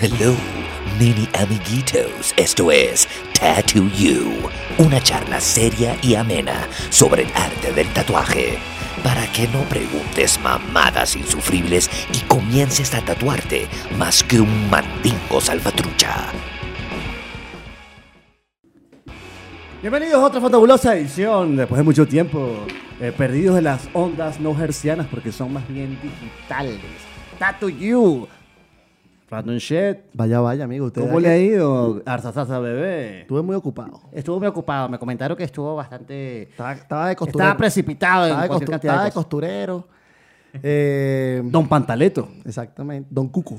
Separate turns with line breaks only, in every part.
Hello, mini amiguitos. Esto es Tattoo You, una charla seria y amena sobre el arte del tatuaje. Para que no preguntes mamadas insufribles y comiences a tatuarte más que un mandingo salvatrucha.
Bienvenidos a otra fantabulosa edición, después de mucho tiempo, eh, perdidos de las ondas no hercianas porque son más bien digitales. Tattoo You. Random Shit.
Vaya, vaya, amigo. Usted
¿Cómo
aquí
le ha ido? Arzazasa bebé.
Estuve muy ocupado.
Estuvo preocupado, me comentaron que estuvo bastante...
Estaba, estaba de costurero.
Estaba precipitado Ah, en
Estaba de,
cualquier
costu-
cantidad de
estaba de
cosas.
costurero. Eh,
Don Pantaleto.
exactamente. Don Cuco.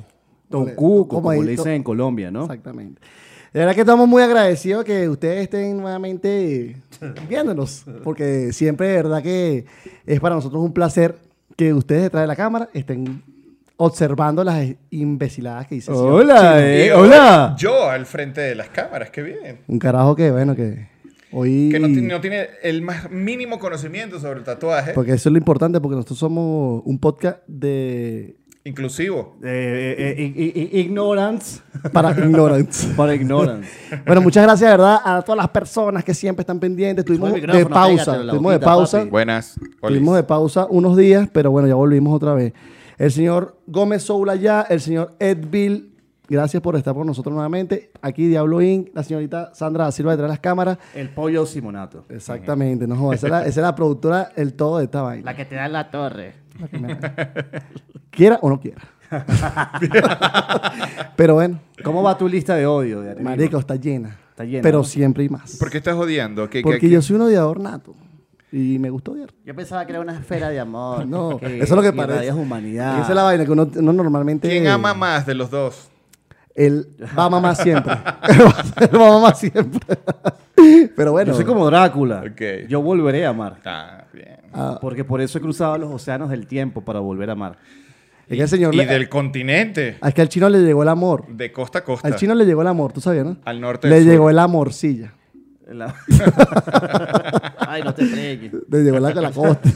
Don
Ole,
Cuco, como
ahí,
le
don-
dicen en Colombia, ¿no?
Exactamente. De verdad que estamos muy agradecidos que ustedes estén nuevamente viéndonos, porque siempre de verdad que es para nosotros un placer que ustedes detrás de la cámara estén observando las imbeciladas que dice el señor
Hola,
Chino.
eh,
Y
hola.
Yo al frente de las cámaras, qué bien.
Un carajo que, bueno, que hoy...
Que no, ti- no tiene el más mínimo conocimiento sobre el tatuaje,
Porque eso es lo importante, porque nosotros somos un podcast de
inclusivo.
Eh, eh, eh, i- i- ignorance
para ignorance.
para ignorance.
Bueno, muchas gracias, de verdad, a todas las personas que siempre están pendientes. Tuvimos
Sube el micrófono,
de pausa,
pégatelo en la
tuvimos de
boquita,
pausa,
papi.
Buenas. Olis.
tuvimos de pausa unos días, pero bueno, ya volvimos otra vez. El señor Gómez Soula ya, el señor Edville, gracias por estar con nosotros nuevamente. Aquí Diablo Inc., la señorita Sandra da Silva detrás de las cámaras.
El pollo simonato.
Exactamente, no jodas, esa es la, esa es la productora, el todo de esta vaina.
La que te da la torre.
Quiera o no quiera. pero bueno,
¿Cómo va tu lista de odio? De arriba?
marico, está llena.
Está llena,
Pero
¿no?
siempre hay más.
¿Por qué estás odiando? ¿Qué, qué-
Porque
qué-
yo soy un odiador nato. Y me gusta odiar.
Yo pensaba que era una esfera de amor.
No, eso es lo que parece.
Es humanidad.
Y Esa es la vaina que uno, uno normalmente.
¿Quién ama más de los dos?
Él va a mamar siempre. él va a mamar siempre. Pero bueno.
Yo soy como Drácula.
Ok.
Yo volveré a amar.
Está bien.
ah,
Porque por eso he cruzado los océanos del tiempo para volver a amar.
es que al señor.
Y
le-
del continente,
Es que al chino le llegó el amor.
de costa a costa.
Al chino le llegó el amor, tú sabías, ¿no?
Ah. Al norte
Le
del sur.
llegó el amorcilla.
La- Ay, no te fregues.
Le llegó la, la costa.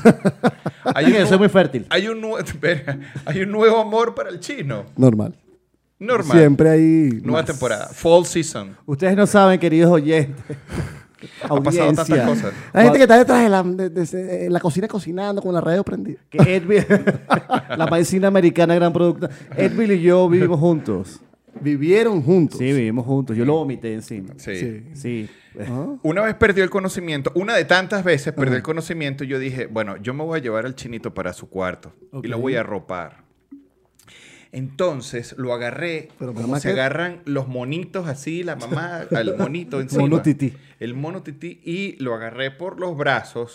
Hay
Es que
un
yo soy
nu-
muy fértil.
hay un nue- espera, hay un nuevo amor para el chino.
Normal.
Normal.
Siempre hay.
Nueva
más.
temporada. Fall season.
Ustedes no saben, queridos oyentes.
Ha pasado tantas cosas.
Hay gente que está detrás de la, de- de- en la cocina cocinando con la radio prendida. Ah,
Que Edwin, la medicina americana gran producta. Edwin y yo vivimos juntos.
Vivieron juntos.
Sí, vivimos juntos. Yo lo vomité encima.
Sí.
Sí. Ah.
Sí.
Una vez perdió el conocimiento, una de tantas veces perdió el conocimiento y yo dije, bueno, yo me voy a llevar al chinito para su cuarto y lo voy a ropar. Entonces lo agarré
Pero,
como
mamá,
se
¿qué?
agarran los monitos así, la mamá al monito encima.
Mono tití.
El mono tití y lo agarré por los brazos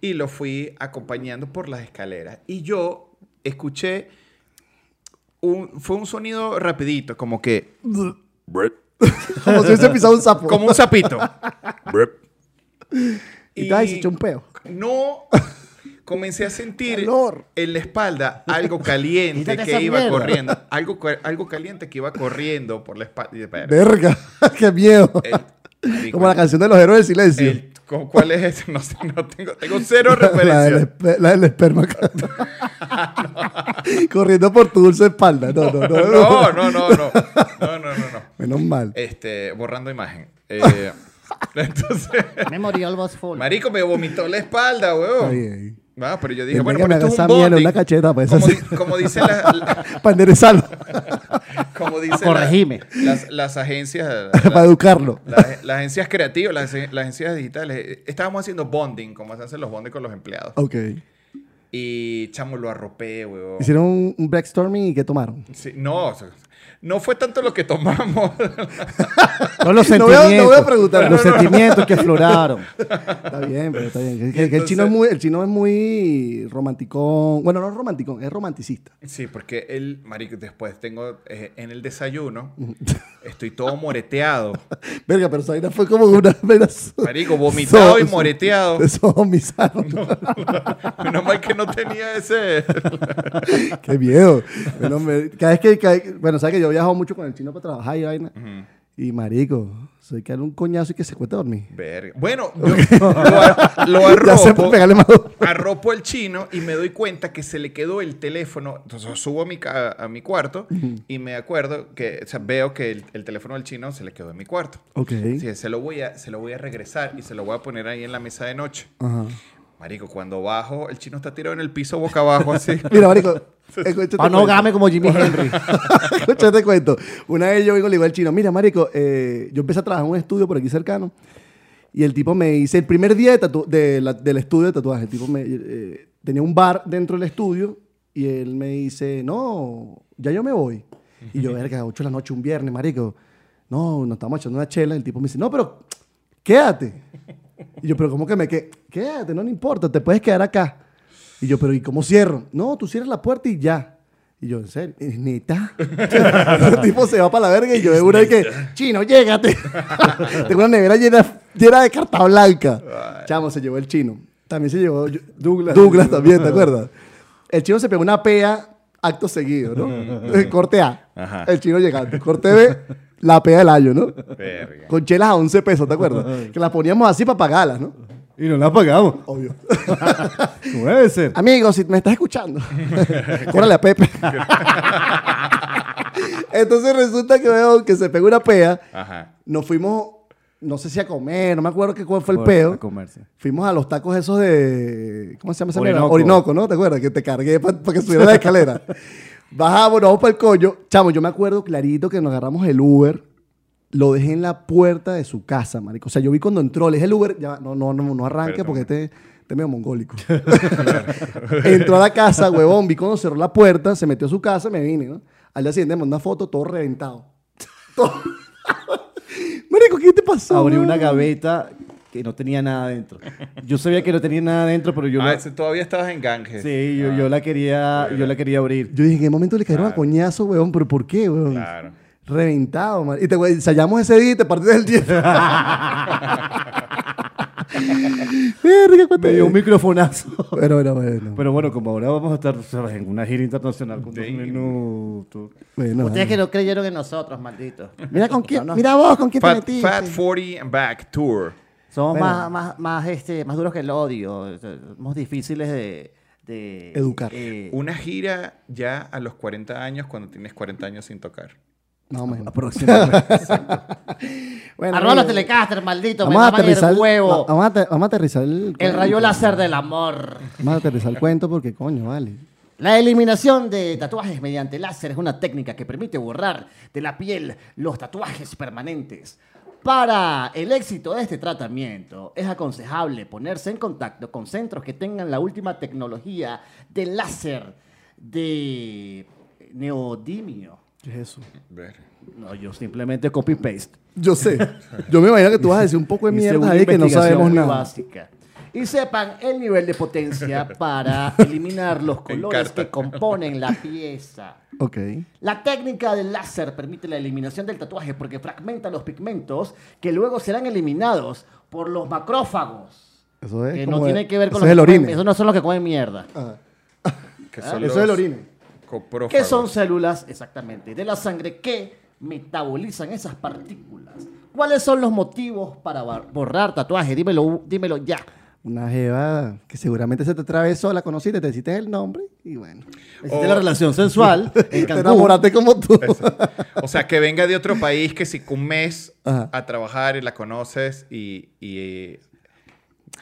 y lo fui acompañando por las escaleras. Y yo escuché, un, fue un sonido rapidito, como que,
Como si hubiese pisado un sapo.
como un sapito.
Y, te se echó un peo.
No. Comencé a sentir
Calor.
en la espalda algo caliente
Quítate esa
que iba
mierda.
corriendo. Algo, cu- algo caliente que iba corriendo por la espalda.
Verga, qué miedo.
Eh,
Como la canción de los héroes del silencio.
¿Cuál es ese? No sé, no tengo, tengo cero
la, del
referencia.
espe- la del esperma. Corriendo por tu dulce espalda. No, no, no.
No, no, no, no. No, no, no, no.
Menos mal.
Este, borrando imagen. Eh, entonces,
Me murió el Bosful.
marico, me vomitó la espalda,
Está
huevón.
bien.
Ah, pero yo
Venga,
dije, bueno,
que
pero
me
esto es
haga
un
esa mierda,
bonding.
una cacheta, pues,
como,
así.
di- como dice la- la,
Para enderezarlo,
como dice
corregime.
la- las, las agencias
para
la-
educarlo.
las, las agencias creativas las, agen- las agencias digitales eh, estábamos haciendo bonding como se hacen los bonding con los empleados
Ok.
y chamo lo arropé huevón
Hicieron un, un brainstorming y ¿qué tomaron?
Sí, no o sea, no fue tanto lo que tomamos
Todos los
No voy a-
sentimientos.
no voy a preguntar.
Los sentimientos que afloraron.
Está bien, pero está bien. Que- que- que el, chino es muy, el chino es muy romanticón. Bueno, no es romanticón, es romanticista.
sí porque el marico después tengo eh, en el desayuno estoy todo moreteado
Verga, pero esa vaina fue como una... vaina so-
Marico, vomitado
so-
y moreteado.
Eso, misaron.
menos mal que no tenía ese
Qué miedo. Bueno, me- cada vez que, cada- bueno, sabes que yo he viajado mucho con el chino para trabajar y vaina. Y marico, soy que era un coñazo y que se cuesta dormir.
Verga. Bueno, yo lo, a- lo
Ya sé por
arropo,
pegarle más duro.
arropo el chino y me doy cuenta que se le quedó el teléfono. Entonces subo a mi, ca- a, mi cuarto y me acuerdo que, o sea, veo que el, el teléfono del chino se le quedó en mi cuarto.
Ok.
Sí, se lo, voy a, se lo voy a regresar y se lo voy a poner ahí en la mesa de noche.
Ajá.
Marico, cuando bajo, el chino está tirado en el piso boca abajo así.
Mira, marico. escúchate
Pa' no
cuento.
game como Jimi Henry.
Escúchate cuento. Una vez yo vengo y le digo al chino, mira, marico, eh, yo empecé a trabajar en un estudio por aquí cercano y el tipo me dice, el primer día de tatu- de la- del estudio de tatuaje, el tipo me, eh, tenía un bar dentro del estudio y él me dice, no, ya yo me voy. Y yo, verga, 8 de la noche, un viernes, marico. No, nos estamos echando una chela. El tipo me dice, no, pero quédate. Y yo, pero ¿cómo que me quedé? Quédate, no, no importa, te puedes quedar acá. Y yo, pero ¿y cómo cierro? No, tú cierras la puerta y ya. Y yo, ¿en serio? "Eh, ¿Neta? el tipo se va para la verga y yo de una vez que, chino, llégate. Tengo una nevera llena, llena de carta blanca. Chamo, se llevó el chino. También se llevó yo- Douglas. Douglas también, ¿te acuerdas? El chino se pegó una pea acto seguido, ¿no? Eh, corte A.
Ajá.
El chino llegando. Corte B, la pea del año, ¿no?
Verga.
Con chelas a 11 pesos, ¿te acuerdas? Que las poníamos así para pagarlas, ¿no?
Y no la pagamos.
Obvio.
Como debe ser.
Amigo, si me estás escuchando, córale a Pepe. Entonces resulta que veo que se pegó una pea.
Ajá.
Nos fuimos, no sé si a comer, no me acuerdo qué cuál fue el
Por- a
peo.
comerse.
Fuimos a los tacos esos de. ¿Cómo se llama esa mierda?
Orinoco.
Orinoco, ¿no? ¿Te acuerdas? Que te cargué para que subiera la escalera. Bajamos, nos vamos para el coño. Chamo, yo me acuerdo clarito que nos agarramos el Uber. Lo dejé en la puerta de su casa, marico. O sea, yo vi cuando entró, le dije el Uber, ya, no, no, no, no arranque
Perdón.
porque este, este es medio mongólico. entró a la casa, huevón, vi cuando cerró la puerta, se metió a su casa, me vine, ¿no? Al día siguiente me mandó una foto todo reventado. Todo- marico, ¿qué te pasó?
Abrí
weón?
una gaveta que no tenía nada dentro. Yo sabía que no tenía nada dentro, pero yo
Ah,
la,
ese Ah. todavía estabas en Ganges.
sí, yo, yo la quería, yo la quería abrir.
Yo dije, ¿en qué momento le cayeron a coñazo, weón? ¿Pero por qué, weón?
Claro.
Reventado, man. Y te güey, ensayamos ese día y te partiste el diente. Verga, cuánto-
Me dio un microfonazo.
Bueno, bueno, bueno.
Pero bueno, como ahora vamos a estar ¿sabes? en una gira internacional con dos
Sí.
minutos.
Bueno,
Ustedes
bueno.
que no creyeron en nosotros, malditos.
Mira con quién, mira vos con quién te
Fat,
metiste.
Fat 40 and Back Tour.
Somos
Bueno.
más, más, más, este, más duros que el odio. Somos difíciles de... de
Educar.
eh,
Una gira ya a los 40 años cuando tienes 40 años sin tocar.
No, man. bueno,
Arroba los
amigo,
telecaster, maldito.
Vamos a
me maman
aterrizar.
el huevo.
Vamos a, ater- vamos a aterrizar el,
el rayo láser del amor.
Vamos a aterrizar el cuento porque, coño, vale.
La eliminación de tatuajes mediante láser es una técnica que permite borrar de la piel los tatuajes permanentes. Para el éxito de este tratamiento es aconsejable ponerse en contacto con centros que tengan la última tecnología de láser de neodimio.
¿Qué es eso?
Ver.
No, yo simplemente copy paste.
Yo sé. Yo me imagino que tú vas a decir un poco de
Hice
mierda
una
ahí que no
investigación
sabemos
muy
nada.
básica. Y sepan el nivel de potencia para eliminar los colores
encanta.
que componen la pieza.
Ok.
La técnica del láser permite la eliminación del tatuaje porque fragmenta los pigmentos que luego serán eliminados por los macrófagos.
Eso es.
Que
como
no
de-
tiene que ver con
eso
los
es el
que comen-
orine.
Esos no son los que comen mierda.
Ajá.
Que
Ah,
son
Eso es el
los
orine.
coprófagos.
Que son células, exactamente, de la sangre que metabolizan esas partículas. ¿Cuáles son los motivos para bar- borrar tatuaje? Dímelo, dímelo ya.
Una jeva que seguramente se te atravesó, la conociste, te hiciste el nombre y bueno.
Existe
O-
la relación sensual en
Te
Cancún.
enamoraste como
Pues,
tú.
O sea, que venga de otro país que si un mes
Ajá.
a trabajar y la conoces y, y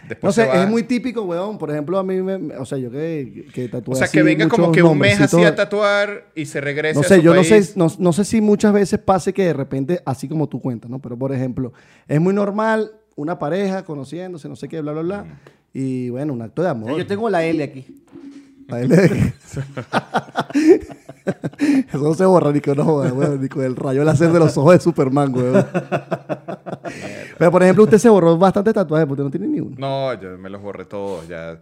después
No sé,
se va.
es muy típico, weón. Por ejemplo, a mí me. me- O sea, yo que, que tatué
O sea,
así
que venga como
muchos
que un mes así
nombrecitos.
a tatuar y se regrese
No
a
sé,
su
yo no
país.
sé, no, no sé si muchas veces pase que de repente, así como tú cuentas, ¿no? Pero por ejemplo, es muy normal una pareja conociéndose, no sé qué, bla, bla, bla. Y bueno, un acto de amor.
Yo tengo la L aquí.
A él le- Eso no se borra ni con, no, weón, ni con el rayo láser de los ojos de Superman, weón. Pero, por ejemplo, usted se borró bastantes tatuajes porque no tiene ni uno.
No, yo me los borré todos ya.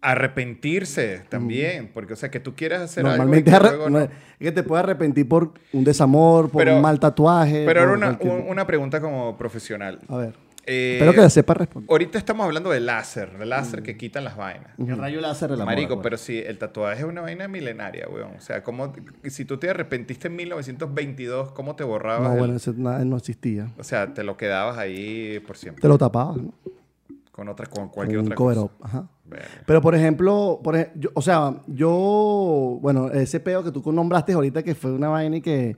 Arrepentirse también, porque o sea, que tú quieras hacer
Mm. Normalmente
algo y que
arre-
luego
no eh,
no.
es es que te puede arrepentir por un desamor, por
Pero-
un mal tatuaje.
Pero
por
era una,
cualquier-
un- una pregunta como profesional.
A ver.
eh,
Espero que la sepa Mm. responder.
Ahorita estamos hablando de láser, el láser que quitan las vainas.
El rayo láser de la
Marico,
pues.
moda,
pero si el tatuaje es una vaina milenaria, weón. O sea, como si tú te arrepentiste en 1922, ¿cómo te borrabas?
No,
el-
bueno, eso na- no existía.
O sea, te lo quedabas ahí por siempre.
Te lo tapabas, ¿no?
Con otra, con cualquier
un
otra
cover
cosa.
up, ajá.
Verga.
Pero por ejemplo, por ej- yo- o sea, yo, bueno, ese peo que tú nombraste ahorita que fue una vaina y que,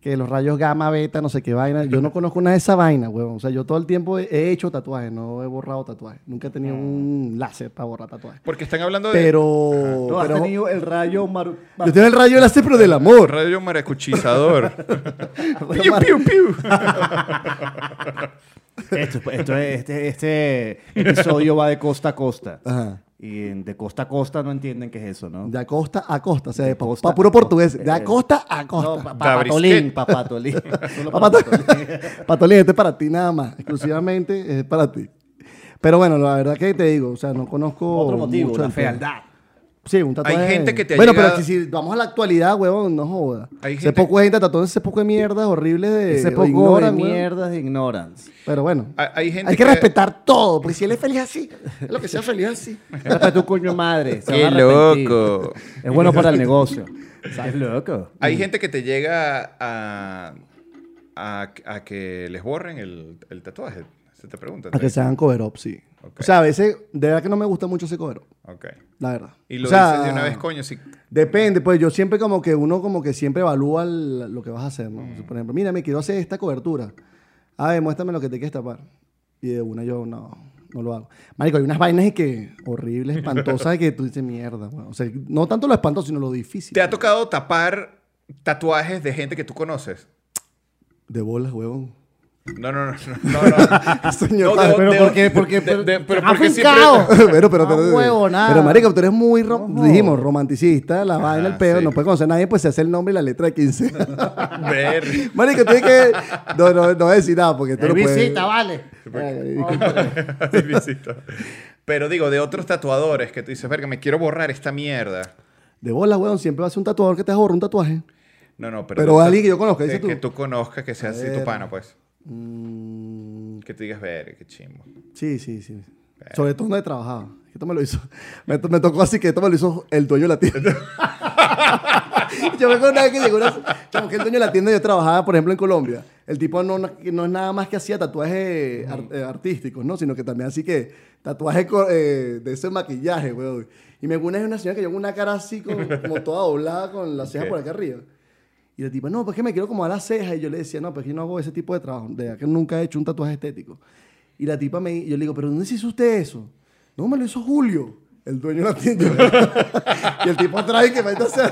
que los rayos gamma, beta, no sé qué vaina, yo no conozco una de esa vaina, huevón. O sea, yo todo el tiempo he- he hecho tatuajes, no he borrado tatuajes. Nunca he tenido un láser para borrar tatuajes.
Porque están hablando de
Pero,
No, has
pero-
tenido el rayo maru...
yo tengo el rayo láser, pero del amor.
radio maracuchizador.
Rayo
piu,
mar-
piu, piu.
Esto, esto es- este, este episodio va de costa a costa.
Ajá.
Y en- de costa a costa no entienden qué es eso, ¿no?
De acosta a costa, o sea, de pa-
costa
pa puro
a costa.
portugués, de
Eh,
acosta a costa.
No, pa-
Da
papatolín,
brisket.
papatolín. Solo
Patolín, Patolín, este es para ti nada más, exclusivamente es para ti. Pero bueno, la verdad que te digo, o sea, no conozco
Otro motivo,
mucho
la
del tema.
fealdad.
Sí, un tatuaje.
Hay gente que te ha
Bueno,
llegado-
pero si, si vamos a la actualidad, huevón, no joda.
Hay
Ese
gente-
poco de gente tatuándose ese poco de mierdas horribles de
Ese
o
poco
ignoran,
de
huevón.
mierdas de ignorance.
Pero bueno.
Hay- hay gente
que,
que-
respetar todo, porque si él es feliz así, es lo que sea feliz así.
Para tu coño madre. se
Qué
van a arrepentir.
loco.
Es bueno para el negocio. Es loco.
Hay gente que te llega a, a, a que les borren el, el tatuaje. Se te pregunta.
A que se hagan cover up, sí.
Ok.
O sea, a veces, de verdad que no me gusta mucho ese cover up,
Ok.
la verdad.
Y lo
O sea,
dices de una vez, coño. Si,
Depende, pues yo siempre como que uno como que siempre evalúa el- lo que vas a hacer,
Mm.
¿no? O sea, Por ejemplo, mira, me quiero hacer esta cobertura. A ver, muéstrame lo que te quieres tapar. Y de una yo no, no lo hago. Marico, hay unas vainas que horribles, espantosas, que tú dices mierda, weón. O sea, no tanto lo espantoso, sino lo difícil.
¿Te ha tocado tapar tatuajes de gente que tú conoces?
De bolas, huevón.
No, no, no. no, no, no.
Señor,
Ah, No, de-
pero
de-
¿por qué?
de-
¿Por qué?
de- de- pero
¡Ah,
porque
fue un
siempre.
caos!
pero, pero,
Ah,
No,
pero,
huevo, nada.
pero, marico, tú eres muy, rom-
No.
dijimos, romanticista, la vaina, el peo,
Ah, sí.
no puedes conocer a nadie, pues se hace el nombre y la letra de 15.
Ver.
marico, tienes que, no, no, no voy a decir nada, porque tú
Eh,
no puedes.
visita, vale.
Ay,
Divisito. Pero digo, de otros tatuadores que tú dices, verga, me quiero borrar esta mierda.
De bola, weón, siempre va a ser un tatuador que te borra un tatuaje.
No, no, pero.
Pero alguien que yo conozca,
que,
dices tú.
que tú conozcas, que sea así tu pana, pues.
Mm,
Que tú digas, verga, qué chimbo.
sí, sí, sí. Sobre todo donde trabajaba. Esto me lo hizo. Me, to- me tocó así que esto me lo hizo el dueño de la tienda. yo me acuerdo una vez que llegó una. Chamo, que el dueño de la tienda yo trabajaba, por ejemplo, en Colombia. El tipo no, no no es nada más que hacía tatuajes ar- eh, artísticos, ¿no? Sino que también así que tatuajes co- eh, de ese maquillaje, weón. Y me una es una señora que lleva una cara así como, como toda doblada con las cejas
Ok.
por acá arriba. Y la tipa, no, pues que me quiero acomodar las cejas. Y yo le decía, no, pues que yo no hago ese tipo de trabajo. De verdad que nunca he hecho un tatuaje estético. Y la tipa me yo le digo, ¿pero dónde se hizo usted eso? No, me lo hizo Julio, el dueño de la tienda. y el tipo atrás y que me hizo hacer.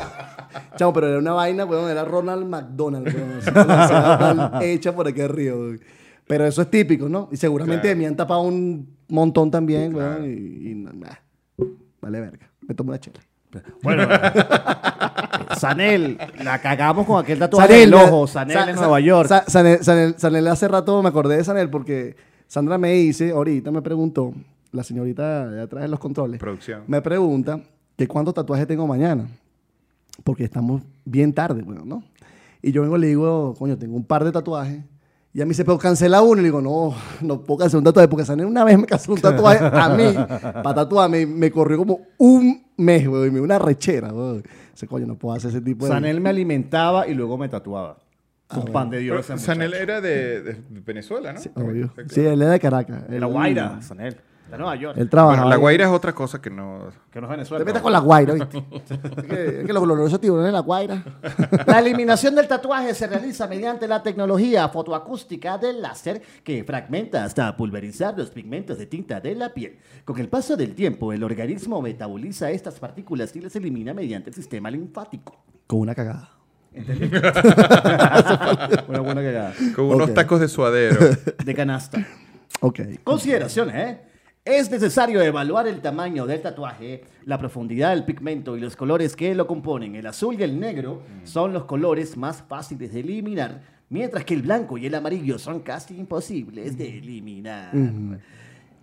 Chamo, pero era una vaina, weón, era Ronald McDonald, weón. Así, una ceja mal hecha por aquí arriba, weón. Pero eso es típico, ¿no? Y seguramente
Claro.
me han tapado un montón también,
Claro.
weón. Y, y no- nah. vale verga. Me tomo una chela.
Bueno, Sanel, la cagamos con aquel tatuaje del
mira,
ojo. Sanel
eh,
eh,
Sa-
en
Sa-
Nueva York.
Sa- Sanel, Sanel- Sanel, hace rato me acordé de Sanel porque Sandra me dice, ahorita me preguntó, la señorita de atrás de los controles,
Producción.
me pregunta que cuántos tatuajes tengo mañana. Porque estamos bien tarde, bueno, ¿no? Y yo vengo y le digo, coño, tengo un par de tatuajes. Y a mí se pero cancela uno. Y le digo, no, no puedo cancelar un tatuaje. Porque Sanel una vez me canceló un tatuaje a mí. Para tatuarme. Y me corrió como un mes, güey. y me dio Una rechera, güey. Ese coño, no puedo hacer ese tipo de...
Sanel me alimentaba y luego me tatuaba.
Ah,
Un pan de
Pero
Dios. ese
Sanel
muchacho.
era de, de Venezuela, ¿no?
Obvio.
Exacto.
Sí, él era de Caracas.
De La Guaira, Sanel. De Nueva York.
Él trabaja.
Bueno, La Guaira es otra cosa que no...
Que no es
Te metas
Venezuela.
con la Guaira, ¿viste? es, que, es que los gloriosos tiburones de la Guaira.
La eliminación del tatuaje se realiza mediante la tecnología fotoacústica del láser que fragmenta hasta pulverizar los pigmentos de tinta de la piel. Con el paso del tiempo, el organismo metaboliza estas partículas y las elimina mediante el sistema linfático.
Con una cagada.
Una buena cagada.
Con unos
Ok.
tacos de suadero.
De canasta.
Ok.
Consideraciones, ¿eh? Es necesario evaluar el tamaño del tatuaje, la profundidad del pigmento y los colores que lo componen. El azul y el negro son los colores más fáciles de eliminar, mientras que el blanco y el amarillo son casi imposibles de eliminar.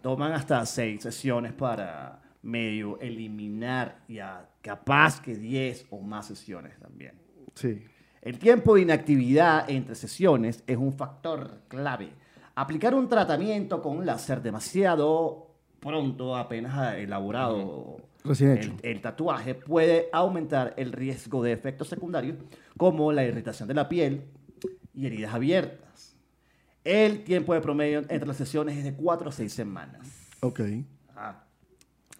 Toman hasta seis sesiones para medio eliminar y a- capaz que diez o más sesiones también.
Sí.
El tiempo de inactividad entre sesiones es un factor clave Aplicar un tratamiento con un láser demasiado pronto, apenas elaborado
Recién hecho.
El, el tatuaje puede aumentar el riesgo de efectos secundarios como la irritación de la piel y heridas abiertas. El tiempo de promedio entre las sesiones es de 4 a 6 semanas.
Ok.
Ah,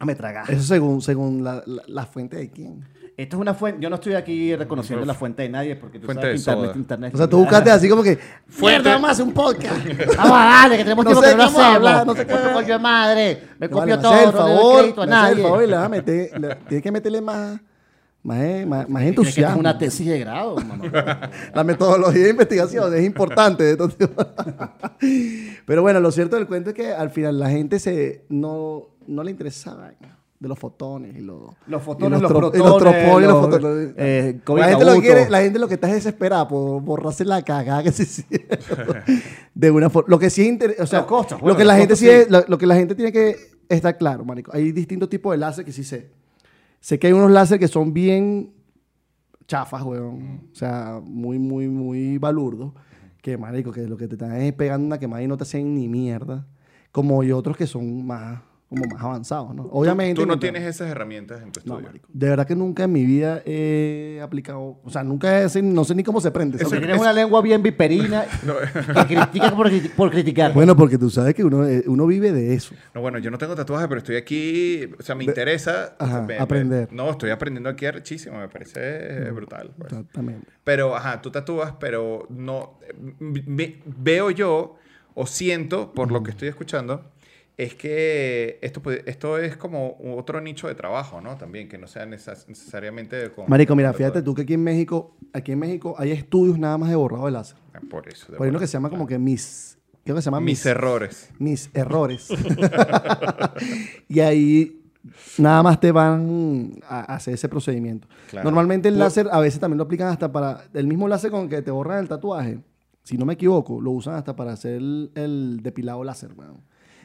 me tragaste.
Eso según, según la, la- la fuente de quién.
Esto es una fuente. Yo no estoy aquí reconociendo la fuente de nadie porque tú
Fuente de
sabes que internet,
soda.
internet.
O sea, tú buscaste así como que.
Fuerte.
¡Mierda, más un podcast!
Vamos a darle, que tenemos
No
tiempo
sé
que no
qué vamos a hablar,
hacemos.
no sé qué.
Por coño de madre. Me
No, vale,
copio todo.
me hace
no le doy crédito a
me hace
nadie.
el favor y le vas a meter- le- tienes que meterle más, más, eh, más, más
Tiene que tener
entusiasmo.
una tesis de grado, mamá.
La metodología de investigación es importante. entonces. Pero bueno, lo cierto del cuento es que al final la gente se no, no le interesaba de los fotones y los
Los
y
fotones, los
tro- y
protones,
tropones, los
los,
fotones.
eh, COVID
la, gente lo que
agudo.
quiere- la gente lo que está es desesperada por borrarse la cagada que se hicieron. de una forma. Lo que sí es inter- o sea,
Los costos,
lo
bueno,
que la
los
gente
costos
sí
sí.
es- lo, lo que la gente tiene que estar claro, marico. Hay distintos tipos de láser que sí sé. Sé que hay unos láser que son bien chafas, weón. O sea, muy, muy, muy balurdos. Que, marico, que lo que te están es pegando una quemada y no te hacen ni mierda. Como y otros que son más, como más avanzados, ¿no? Obviamente.
Tú no
mientras-
tienes esas herramientas en tu
No,
estudio.
marico. De verdad que nunca en mi vida he aplicado. O sea, nunca he, no sé ni cómo se prende.
Porque
¿sabes?
tienes una lengua bien viperina que critica por, criti- por criticar.
Bueno, porque tú sabes que uno, eh, uno vive de eso.
No, bueno, yo no tengo tatuaje, pero estoy aquí. O sea, me interesa
ajá,
me- me-
aprender. Mm,
no, estoy aprendiendo aquí arrechísimo, me parece eh, brutal. pues.
Exactamente.
Pero, ajá, tú tatúas, pero no. m- me- veo yo o siento, por
Mm.
lo que estoy escuchando, es que esto, pu- esto es como otro nicho de trabajo, ¿no? También, que no sea necesas- necesariamente. Con,
Marico, mira,
con
fíjate tú que aquí en México, aquí en México hay estudios nada más de borrado de láser.
Ah, Por eso. de
Por ahí uno
verdad.
que se llama como que mis. Creo que se llama
Mis errores.
mis errores. y ahí nada más te van a hacer ese procedimiento.
Claro.
Normalmente el
Pu-
láser a veces también lo aplican hasta para... El mismo láser con el que te borran el tatuaje, si no me equivoco, lo usan hasta para hacer el, el depilado láser. weón.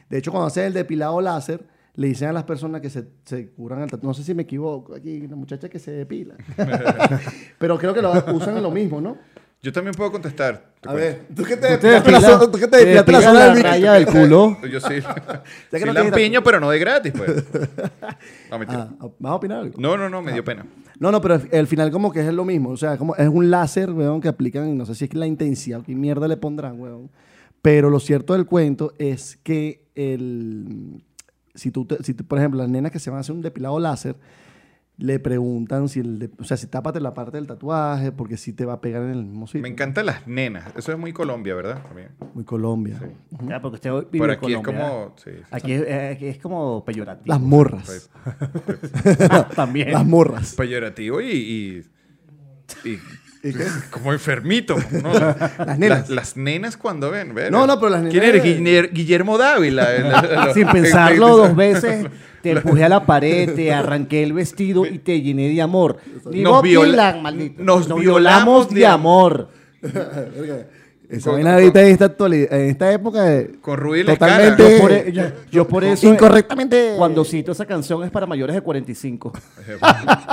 De hecho, cuando haces el depilado láser, le dicen a las personas que se, se curan el tatuaje. No sé si me equivoco, aquí la muchacha que se depila. Pero creo que lo usan en lo mismo, ¿no?
Yo también puedo contestar. te
A
cuento.
ver, tú que te depilaste la zona- tú que te depilaste la
depilas
zona
la
del
raya del culo.
Yo sí.
que
sí
no tienes
lampiño, pero no de gratis, pues. No, mentira.
Ah, ¿Vas a opinar algo?
No, no, no, me
Ah.
dio pena.
No, no, pero al final como que es lo mismo. O sea, como es un láser, weón, que aplican, no sé si es que la intensidad o qué mierda le pondrán, weón. Pero lo cierto del cuento es que el... Si tú, te- si tú- por ejemplo, las nenas que se van a hacer un depilado láser, le preguntan si el... de- o sea, si tápate la parte del tatuaje, porque si te va a pegar en el mismo sitio.
Me encantan las nenas. Eso es muy Colombia, ¿verdad? También.
Muy Colombia.
Claro, porque usted vive
Pero
en
aquí es
Colombia.
como. Sí, sí.
Aquí es, eh, aquí es como peyorativo.
Las morras.
Ah, también.
eh,
Las morras.
peyorativo y. y, y-
¿Y qué?
como enfermito. ¿no?
Las nenas.
Las, las nenas cuando ven. ver.
No, no, pero las
¿Quién
nenas-
eres? Guiller- Guillermo Dávila. El- el- el-
Sin
el-
pensarlo dos veces, te empujé a la pared, te arranqué el vestido y te llené de amor. Ni
Nos
Bob
viola-
Dylan, maldito.
nos
violamos
violamos
de
de
amor.
Esa vaina ahorita en esta, actuali- en esta época de...
Con Rudy
Totalmente.
Lescano.
Yo por, e- yo, yo por eso.
Incorrectamente.
Cuando cito esa canción es para mayores de 45.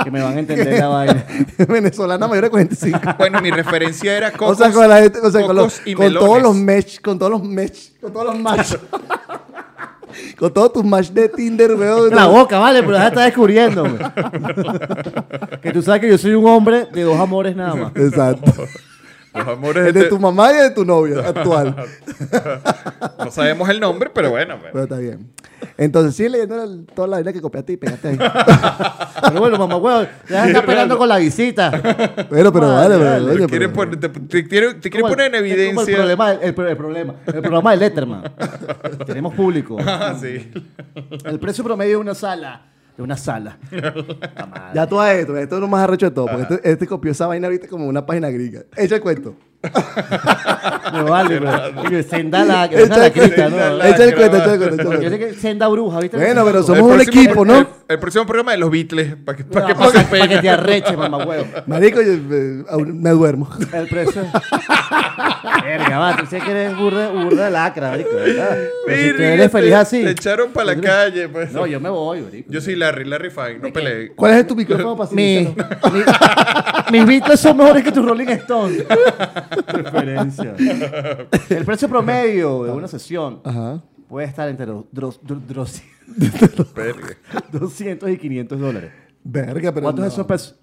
que me van a entender la vaina.
venezolana mayor de 45.
Bueno, mi referencia era Cocos,
o sea, con, la gente- o sea, con los-
Cocos y
con todos
Melones.
los match, con todos los match, con todos los match. con todos tus match de Tinder, weón.
La boca, vale, pero ya está descubriendo. que tú sabes que yo soy un hombre de dos amores nada más.
Exacto.
Los amores de,
El de
este-
tu mamá y el de tu novia actual.
No sabemos el nombre, pero bueno. pues.
Pero está bien. Entonces, sí, leyendo el- toda la vida que copiaste y pegaste ahí.
Pero bueno, mamá, huevo, ya está esperando con la visita.
Bueno, pero vale,
Vale,
pero,
vale.
oye,
Te
pero-
quieren poner- te, te quieren- te quieren
Como
poner en
el- es como
evidencia.
El problema, el, pro- el problema, el programa de Letterman. Tenemos público.
Ah, sí.
El precio promedio de una sala. De una sala. La madre.
Ya tú a esto, esto es lo más arrecho de todo, porque este, este copió esa vaina ahorita como una página griega. Echa el cuento.
Me vale, pero. Yo, Senda la, senda
Echa
la
el cuento,
crita, Ah, ¿no?
Senda la-
echa el cuento, echa el cuento. echa el
Yo sé
cuento.
que senda bruja, ¿viste?
Bueno, pero
El
somos un
próximo-
equipo, ¿no?
El, el- El próximo programa de los Beatles, para que, para que
Vamos
pase
a- para que te
pena.
arreche, mamá huevo.
Marico, yo, eh, aún me duermo.
El precio.
Verga, va, tú sé que eres burda, burda de lacra, marico. ¿verdad? Pero si tú
Virgen,
este
eres feliz
te-
así.
Te echaron para la calle. pues.
No,
yo...
yo me voy, marico.
soy Larry, Larry Fine, no peleé.
¿Cuál es tu micrófono para
Mi-
silenciarlo?
mi- mis Beatles son mejores que tus Rolling Stones.
Preferencia.
El precio promedio de una sesión
Ajá.
puede estar entre los dros- dr-
Eh,
dros-
Verga.
200 y 500 dólares.
Verga, pero.
¿Cuántos
no.
es esos pesos?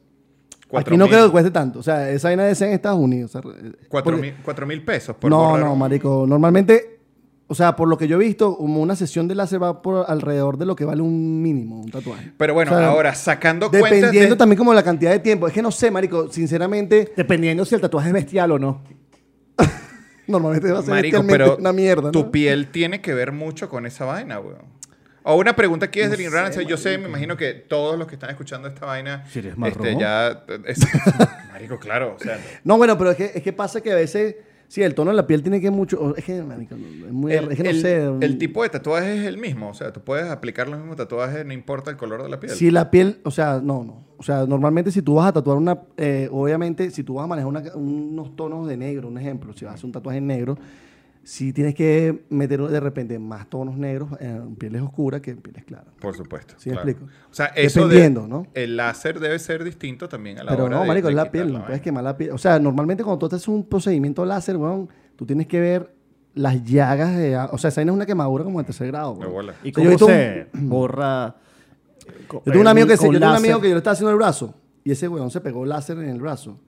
Cuatro
Aquí no
mil.
creo que cueste tanto. O sea, esa vaina de ser en Estados Unidos. o sea, eh,
Cuatro
porque-
mil, cuatro mil pesos por
No,
borrar
no,
un-
marico. Normalmente, o sea, por lo que yo he visto, como una sesión de láser va por alrededor de lo que vale un mínimo, un tatuaje.
Pero bueno,
O sea,
ahora, sacando cuentas
Dependiendo
de...
también como la cantidad de tiempo. Es que no sé, marico. Sinceramente,
Dependiendo si el tatuaje es bestial o no.
normalmente va a ser
Marico,
bestialmente
pero
una mierda, ¿no?
tu piel tiene que ver mucho con esa vaina, weón. O una pregunta aquí desde el Inran. Yo sé, me imagino que todos los que están escuchando esta vaina...
Si eres marrón.
Este, ya... es- marico, claro, o sea...
No, bueno, pero es que, es que pasa que a veces, sí, el tono de la piel tiene que mucho. o- Es que, marico, no, es muy. es que no
el-
sé. mm.
el
un-
tipo de tatuaje es el mismo. O sea, tú puedes aplicar los mismos tatuajes, no importa el color de la piel.
Si la piel, o sea, no, no. O sea, normalmente si tú vas a tatuar una, eh, obviamente si tú vas a manejar una- unos tonos de negro, un ejemplo, si vas a hacer un tatuaje en negro, si tienes que meter de repente más tonos negros en pieles oscuras que en pieles claras.
Por supuesto.
Sí, explico.
O sea, eso de-
Dependiendo, ¿no?
El láser debe ser distinto también a la
Pero
hora
no,
de-
marico,
de
es la
quitar
piel, no puedes
vaina.
quemar la piel. O sea, normalmente cuando tú haces un procedimiento láser, weón, tú tienes que ver las llagas, de, o sea, esa vaina es una quemadura como de tercer grado.
De
weón.
bola.
¿Y
O sea, yo
cómo
he visto un-
se borra? Yo
Yo tengo un
Eh,
amigo que se, yo tengo un amigo que yo le estaba haciendo el brazo y ese weón se pegó láser en el brazo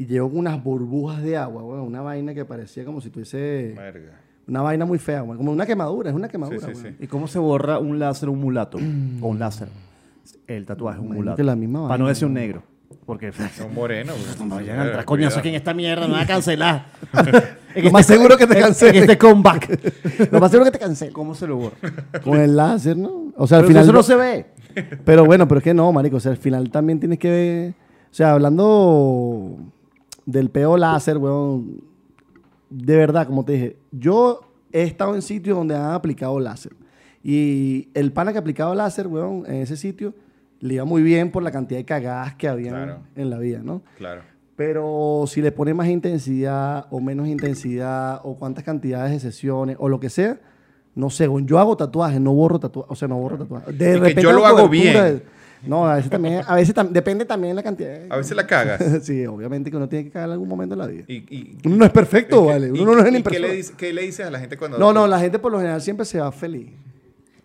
y llegó con unas burbujas de agua, weón, una vaina que parecía como si tuviese
Verga.
una vaina muy fea, weón, como una quemadura, es una quemadura,
Sí, sí,
weón.
sí.
¿Y cómo se borra un láser o un mulato? o un láser. El tatuaje es un
Imagino
mulato.
que la misma
Para no
vaina,
decir un negro. Porque
Es un moreno. güey.
No vayan a
Verga,
entrar coñazos aquí en
cuidado.
esta mierda, me van a cancelar.
Lo más seguro que te
cansé
cancelen.
En este comeback.
Lo más seguro que te cancelen
¿Cómo se lo borra?
con el láser, ¿no? O sea, al
Pero
final
eso no se ve.
Pero bueno, pero es que no, marico, o sea, al final también tienes que ver, o sea, hablando del peo láser, weón, de verdad, como te dije, yo he estado en sitios donde han aplicado láser. Y el pana que aplicaba láser, weón, en ese sitio, le iba muy bien por la cantidad de cagadas que había
Claro.
en la vida, ¿no?
Claro.
Pero si le pone más intensidad o menos intensidad o cuántas cantidades de sesiones o lo que sea, no sé, güey, yo hago tatuajes, no borro tatuajes, o sea, no borro tatuajes. De
Y que
repente
yo lo
hago
hago
cobertura
bien.
de- no, a veces también, a veces tam- depende también de la cantidad.
A veces la cagas.
de- sí, obviamente que uno tiene que cagar en algún momento de la vida.
Y, y-
Uno no es perfecto,
y-
vale.
y-
Uno no es
y
ni
¿qué le,
persona.
dices, ¿Qué le dices a la gente cuando.?
No, no, la gente por lo general siempre se va feliz.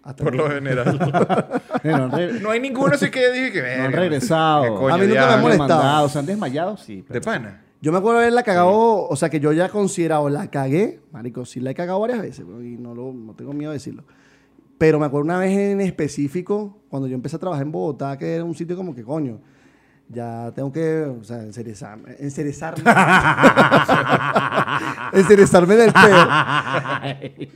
Hasta
Por
que-
lo general.
Bueno, han re-
no hay ninguno así que dije que.
no
"Verga,
han regresado.
qué coño,
A mí nunca me
han
diablo".
molesta.
demandado, se han desmayado, sí.
De pana.
Yo me acuerdo haberla cagado, o sea, que yo ya he considerado, la cagué, marico, sí la he cagado varias veces, bro, y no, lo, no tengo miedo de decirlo. Pero me acuerdo una vez en específico, cuando yo empecé a trabajar en Bogotá, que era un sitio como que, coño, ya tengo que, o sea, encerezarme, encerezarme, encerezarme en el pelo.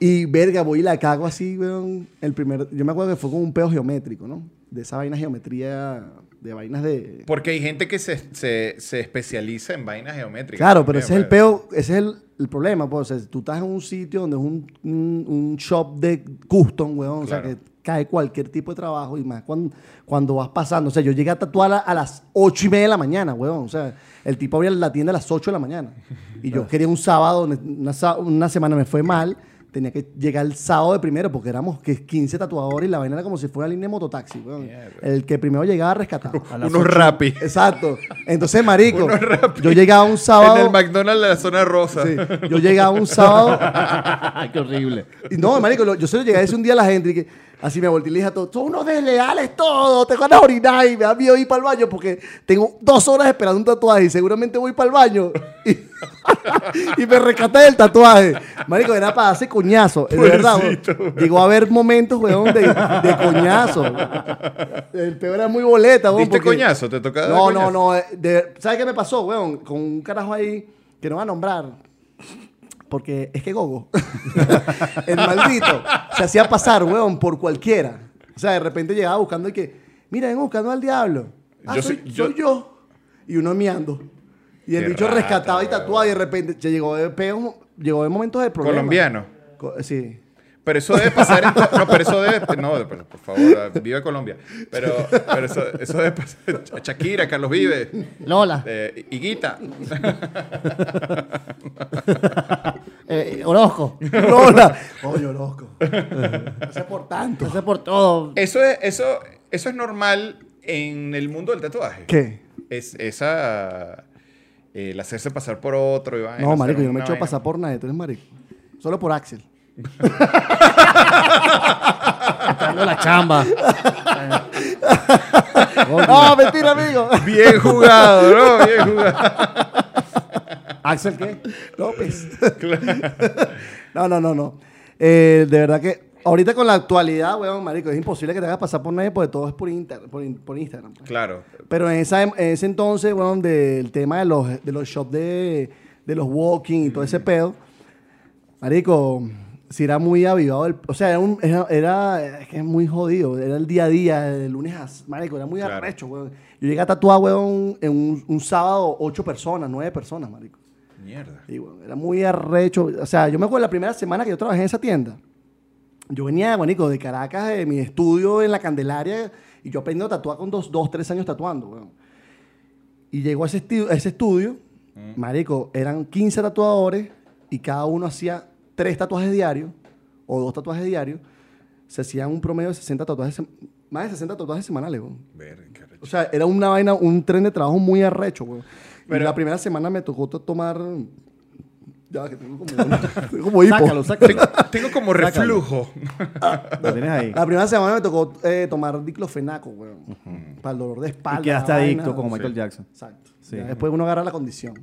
Y verga, voy y la cago así, weón. El primer, yo me acuerdo que fue con un peo geométrico, ¿no? De esa vaina geometría, de vainas de...
Porque hay gente que se, se, se especializa en vainas geométricas.
Claro, pero ese es
también,
el peo, ese es el, el problema, pues. o sea, tú estás en un sitio donde es un, un, un shop de custom, weón. O sea,
Claro.
que cae cualquier tipo de trabajo y más cuando, cuando vas pasando. O sea, yo llegué a tatuar a, a las ocho y media de la mañana, weón. O sea, el tipo abría la tienda a las 8 de la mañana. Y yo quería un sábado, una, sa- una semana me fue mal. Tenía que llegar el sábado de primero porque éramos que 15 tatuadores y la vaina era como si fuera línea de mototaxi, weón.
Mierda.
El que primero llegaba rescataba.
weón. Unos rapis.
Exacto. Entonces, marico, yo llegaba un sábado.
En el McDonald's de la zona rosa.
Sí, Yo llegaba un sábado.
Qué horrible.
y no, marico, lo- yo se lo llegué a decir un día a la gente. y que, así me volteé y le dije a todos: son unos desleales todos, te van a orinar y me da miedo ir para el baño porque tengo dos horas esperando un tatuaje y seguramente voy para el baño. Y, y me rescaté del tatuaje. Marico, era para hacer coñazo. De verdad, weón. llegó a haber momentos, weón, de, de coñazo. El peor era muy boleta, weón.
¿Diste
porque-
coñazo? ¿Te tocaba? dar
no, no,
coñazo?
no. eh, de- ¿Sabes qué me pasó, weón? Con un carajo ahí que no va a nombrar. Porque es que Gogo, el maldito, se hacía pasar, weón, por cualquiera. O sea, de repente llegaba buscando y que, mira, ven buscando al diablo. Ah,
Yo
soy,
soy-
soy
yo-
yo. Y uno miando. Y el
Qué
bicho
rata,
rescataba y
weón.
tatuaba y de repente ya llegó de peo, llegó de momentos de problema.
Colombiano.
Co- eh, sí.
Pero eso debe pasar en to- No, pero eso debe... No, pero, por favor, vive Colombia. Pero, pero eso, eso debe pasar... Shakira, Carlos Vive,
Lola.
eh, Higuita.
Eh, Orozco.
Lola. Coño, loco. Hace por tanto.
Gracias por todo.
Eso es, eso, eso es normal en el mundo del tatuaje.
¿Qué?
Es esa... El hacerse pasar por otro y vaina,
No,
hacer
marico, yo no me
una
he hecho
vaina.
pasar por nadie. Tú eres marico. Solo por Axel.
Dando la chamba.
No, mentira, amigo.
Bien jugado, ¿no? Bien jugado.
¿Axel qué?
López. pues. No, no, no, no. Eh, de verdad que ahorita con la actualidad, weón, marico, es imposible que te hagas pasar por nadie porque todo es por, inter- por, in- por Instagram. pues.
Claro.
Pero en, esa, en ese entonces, weón, del tema de los, de los shops de, de los walking y todo ese pedo, marico, si era muy avivado. el- o sea, era, un- era, era- es que es muy jodido. Era el día a día, de lunes a... Marico, era muy
Claro.
arrecho, weón. Yo llegué a tatuar, weón, en un, un sábado, ocho personas, nueve personas, marico.
Mierda.
Y bueno, era muy arrecho. O sea, yo me acuerdo la primera semana que yo trabajé en esa tienda. Yo venía, manico, de Caracas, de mi estudio en la Candelaria, y yo aprendí a tatuar con dos, dos tres años tatuando, weón. Y llegó a ese, esti- a ese estudio, marico, eran 15 tatuadores, y cada uno hacía tres tatuajes diarios, o dos tatuajes diarios. Se hacían un promedio de 60 tatuajes, sem- más de 60 tatuajes semanales, weón.
Verga, qué arrecho.
O sea, era una vaina, un tren de trabajo muy arrecho, güey.
Pero-
Pero la primera semana me tocó to- tomar. Ya, que tengo como, tengo como hipo.
Sácalo, sácalo.
tengo, tengo como reflujo.
Lo tienes ahí.
La primera semana me tocó eh, tomar diclofenaco, güey. Para el dolor de espalda.
Y quedaste
la
adicto
vaina.
como Michael Jackson.
Exacto.
Sí.
Ya después uno agarra la condición.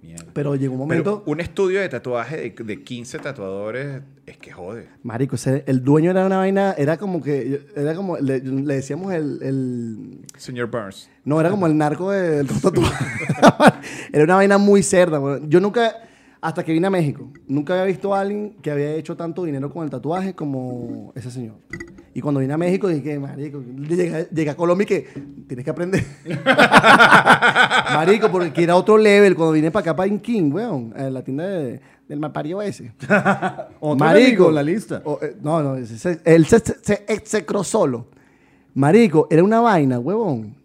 Mierda.
Pero llegó un
Pero
momento.
un estudio de tatuaje de, de 15 tatuadores es que jode.
Marico, ese- el dueño era una vaina, era como que, era como, le, le decíamos el, el-
Señor Burns.
No, era como el narco del tatuaje. era una vaina muy cerda. weón. Yo nunca, hasta que vine a México, nunca había visto a alguien que había hecho tanto dinero con el tatuaje como ese señor. Y cuando vine a México dije, marico, llegué, llegué a Colombia y que tienes que aprender. marico, porque era otro level. Cuando vine para acá, para Inquín, weón, a la tienda de- del mapario ese.
Otro
Marico.
enemigo en la lista.
O, eh, no, no, ese- ese- él se, se, se execró solo. Marico, era una vaina, huevón.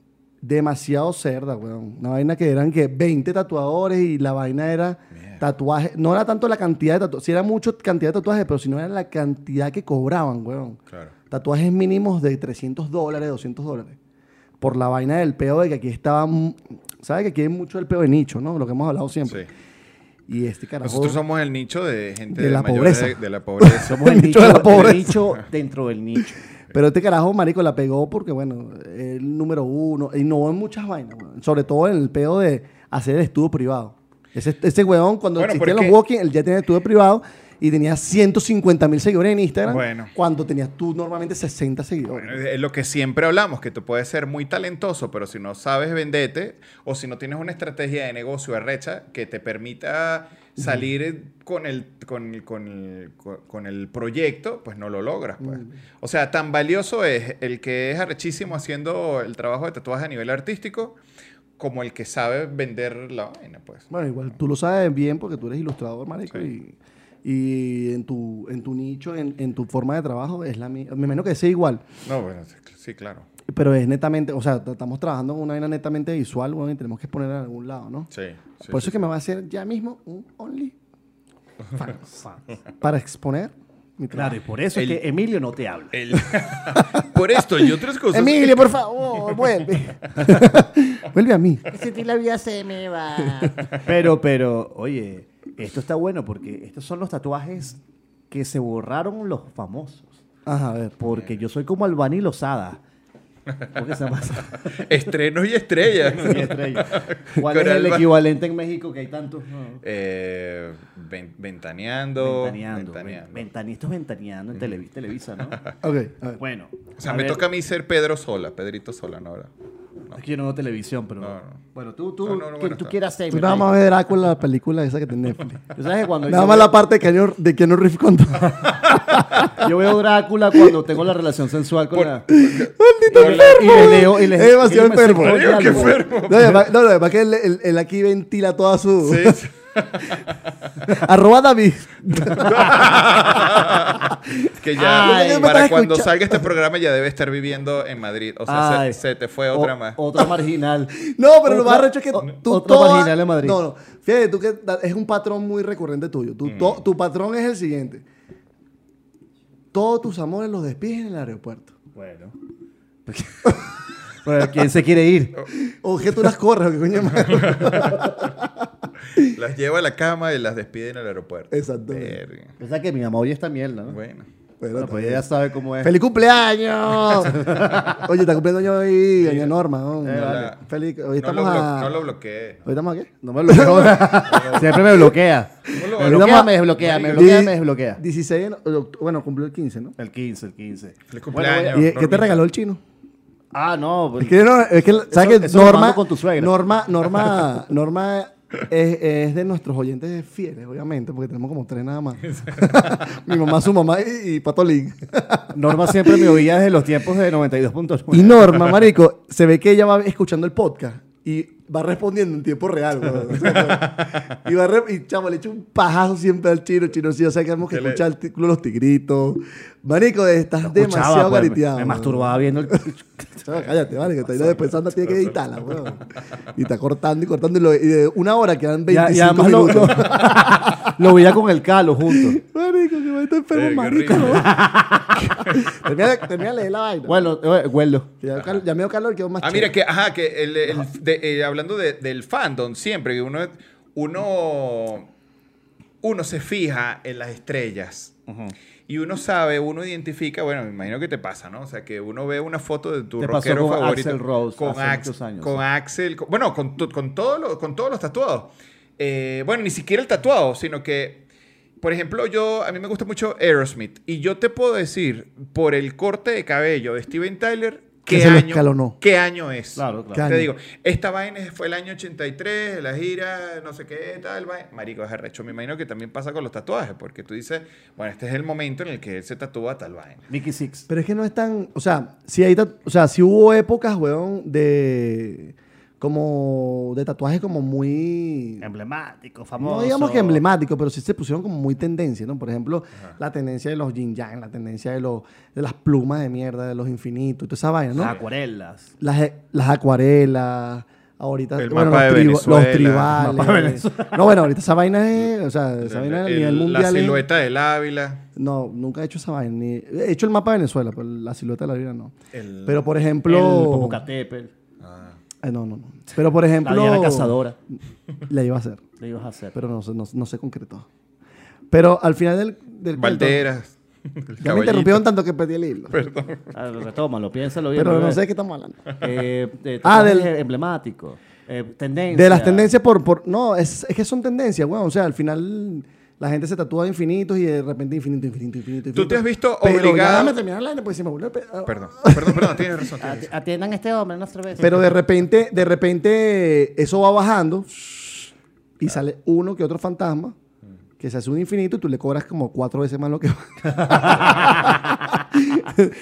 Demasiado cerda, huevón. Una vaina que eran que 20 tatuadores y la vaina era tatuaje. No era tanto la cantidad de tatuajes, si era mucho cantidad de tatuajes, pero si no era la cantidad que cobraban, huevón.
Claro.
Tatuajes mínimos de 300 dólares, 200 dólares. Por la vaina del peo de que aquí estaba. ¿Sabes que aquí hay mucho el peo de nicho, no? Lo que hemos hablado siempre.
Sí.
Y este carajo.
Nosotros somos el nicho de gente
De la
mayor
pobreza.
De, de la pobreza.
Somos el
Nicho de la
nicho-
pobreza.
el nicho dentro del nicho.
Pero este carajo, marico, la pegó porque, bueno, el número uno, innovó en muchas vainas, weón. sobre todo en el pedo de hacer el estudio privado. Ese, ese weón, cuando
Bueno,
existían
porque-
los walking, él ya tenía estudio privado y tenía 150 mil seguidores en Instagram.
Bueno.
Cuando tenías tú normalmente 60 seguidores.
Bueno, es lo que siempre hablamos, que tú puedes ser muy talentoso, pero si no sabes venderte o si no tienes una estrategia de negocio arrecha que te permita salir con el, con, el- con el- con- con el proyecto, pues no lo logras. Pues. O sea, tan valioso es el que es arrechísimo haciendo el trabajo de tatuaje a nivel artístico como el que sabe vender la vaina, pues.
Bueno, igual tú lo sabes bien porque tú eres ilustrador, marico,
Sí.
y, y en, tu, en tu nicho, en, en tu forma de trabajo, es la misma. Me imagino que sea igual.
No, bueno, sí, claro.
Pero es netamente, o sea, t- estamos trabajando en una vaina netamente visual, weón, y tenemos que poner en algún lado, ¿no?
Sí. sí,
Por eso
sí,
es que me va a hacer ya mismo un Only para exponer mi trabajo.
Claro, y por eso
El-
es que Emilio no te habla.
El- Por esto y otras cosas.
Emilio, por favor, vuelve. vuelve a mí.
Sentí la vida se me va.
Pero, pero, oye, esto está bueno porque estos son los tatuajes que se borraron los famosos.
Ajá, a ver.
Porque yo soy como Albani Lozada. ¿Cómo que se llama?
Estrenos y estrellas.
Mi estrella. ¿Cuál
Con
es el
Alba-
equivalente en México que hay tantos? No.
Eh, ven- ventaneando.
Ventaneando.
ventaneando.
ven- Ventanistas ventaneando en Televis- Televisa, ¿no?
Ok, a ver.
Bueno.
o sea,
a
me
ver,
toca a mí ser Pedro Sola, Pedrito Sola, ¿no? Ahora.
Es que yo no veo televisión, pero.
No, no.
Bueno, tú, tú.
No, no, no,
Que
bueno,
tú
está.
quieras ser.
Tú nada más ves Drácula, la película esa que tiene Netflix.
¿tú sabes que cuando
Nada
yo,
más la parte de Keanu, de Keanu Reeves con
yo veo Drácula cuando tengo la relación sensual con la.
Hola.
Y le leo y le
Es demasiado
y me
enfermo.
seco el
Marico, qué
diálogo.
enfermo.
No, y además- no, lo demás que él, él- él aquí ventila toda su...
Sí, sí.
Arroba David.
que ya
Ay. Me
para
estás
cuando
escuchando.
salga este programa ya debe estar viviendo en Madrid. O sea, se,
Ay.
se te fue otra
O-
más.
Otra marginal.
No, pero lo más arrecho es que
o-
tú
otro
toda-
marginal en Madrid.
No, no. Fíjate, tú que da- es un patrón muy recurrente tuyo. Tú,
Mm.
to- tu patrón es el siguiente. Todos tus amores los despides en el aeropuerto.
Bueno. Bueno, ¿quién se quiere ir?
O que tú las corres, o que coño madre.
Las lleva a la cama y las despide en el aeropuerto.
Exactamente.
Verga.
O sea que mi mamá hoy está mierda, ¿no?
Bueno.
Bueno, pues ella sabe cómo es.
¡Feliz cumpleaños! Oye, está cumpliendo año hoy, doña
Eh,
Norma. ¿no?
la-
Feliz, hoy
No
estamos
lo, blo-
a...
no lo bloqueé.
¿Hoy estamos a qué?
No me bloqueó. Siempre me bloquea.
lo-
Me bloquea, me desbloquea, me bloquea, me desbloquea.
16 de no- Bueno, cumplió el 15, ¿no?
El 15, el 15.
Feliz
Bueno, voy a-
cumpleaños.
¿Y qué te
Normita.
regaló el chino?
Ah, no. pues,
Es que, no, es que ¿sabes que
eso lo
Norma,
mando con tu suegra.
Norma, Norma, Norma es, es de nuestros oyentes fieles, obviamente, porque tenemos como tres nada más. Mi mamá, su mamá y, y Patolín.
Norma siempre me oía desde los tiempos de 92.9.
Y Norma, marico, se ve que ella va escuchando el podcast y va respondiendo en tiempo real. weón. O sea, y va re- y chamo, le echa un pajazo siempre al chino. El chino sí, o sea, que tenemos que
Que le-
escuchar el tigre, los tigritos. Marico, estás
Escuchaba,
demasiado
pues, me-
gariteado.
Me,
weón.
masturbaba viendo el...
Chava, cállate, vale, que te irás pensando, tiene que editarla, weón. Y está cortando y cortando. Y, lo- y de una hora quedan
Ya-
25
y además lo,
minutos.
lo, lo veía con el calo junto.
Marico, que va a
Eh,
estar enfermo,
Verga,
marico.
horrible.
¿no? termina, de- termina de leer la vaina.
Bueno, eh, huelo.
Que ya, cal- ya me dio calor y quedó más
Ah,
chévere.
mira, que, ajá, que el, el- de- eh, hablando de- del fandom, siempre que uno, uno, uno se fija en las estrellas y uno sabe, uno identifica, bueno, me imagino que te pasa, ¿no? O sea, que uno ve una foto de tu
Te pasó
rockero
con
favorito.
Axl Rose
con
hace
Ax-
muchos años,
Con
sí.
Axel, con- bueno, con, to- con, todos los- con todos los tatuados. Eh, bueno, ni siquiera el tatuado, sino que, por ejemplo, yo, a mí me gusta mucho Aerosmith y yo te puedo decir, por el corte de cabello de Steven Tyler,
Que
qué
se lo
año,
escalonó.
qué año es.
Claro, claro.
¿Qué año?
Te digo, esta vaina fue el año 83, la gira, no sé qué, tal, vaina. Marico, es arrecho. Me imagino que también pasa con los tatuajes, porque tú dices, bueno, este es el momento en el que él se tatúa tal vaina.
Mickey Six.
Pero es que no es tan. O sea, si hay tat- o sea, si hubo épocas, weón, de. Como. de tatuajes como muy.
Emblemático, famoso.
No digamos que emblemático, pero sí se pusieron como muy tendencia, ¿no? Por ejemplo, la tendencia de los yin yang, la tendencia de, los, de las plumas de mierda, de los infinitos, toda esa vaina, ¿no?
Las acuarelas.
Las, las acuarelas, ahorita
El
bueno,
mapa
los,
de
tribu-
Venezuela.
los
El mapa de
tribales.
Venezuela.
No, bueno, ahorita esa vaina es, o sea, esa vaina a
El-
nivel
el-
mundial.
la
es-
silueta del Ávila.
No, nunca he hecho esa vaina. ni- he hecho el mapa de Venezuela, pero la silueta de la vida no.
El-
Pero por
El
ejemplo.
Popocatépetl.
Ay, no, no, no. Pero por ejemplo.
La Diana Cazadora.
La iba a hacer.
Le ibas a hacer.
pero no, se- no, no se concretó. Pero al final del, del cuento-
Valderas. el
ya
caballito.
me interrumpieron tanto que perdí el hilo. Pero,
Perdón.
Ah, retómalo, piénsalo bien.
no
bebé.
sé de qué estamos hablando.
Eh, de
Ah,
tatuajes
del-
emblemático. Eh, tendencia.
De las tendencias por... por no, es, es que son tendencias, weón. O sea, al final la gente se tatúa de infinitos y de repente infinito, infinito, infinito.
¿Tú te
infinito.
has visto
Pero ya
obligado-
Déjame terminar la vaina, porque se me volvió el pe-
Perdón, perdón, perdón, tienes razón. tienes razón.
At- Atiendan a este hombre, una cerveza.
Pero de repente, de repente eso va bajando y sale uno que otro fantasma que se hace un infinito y tú le cobras como cuatro veces más lo que...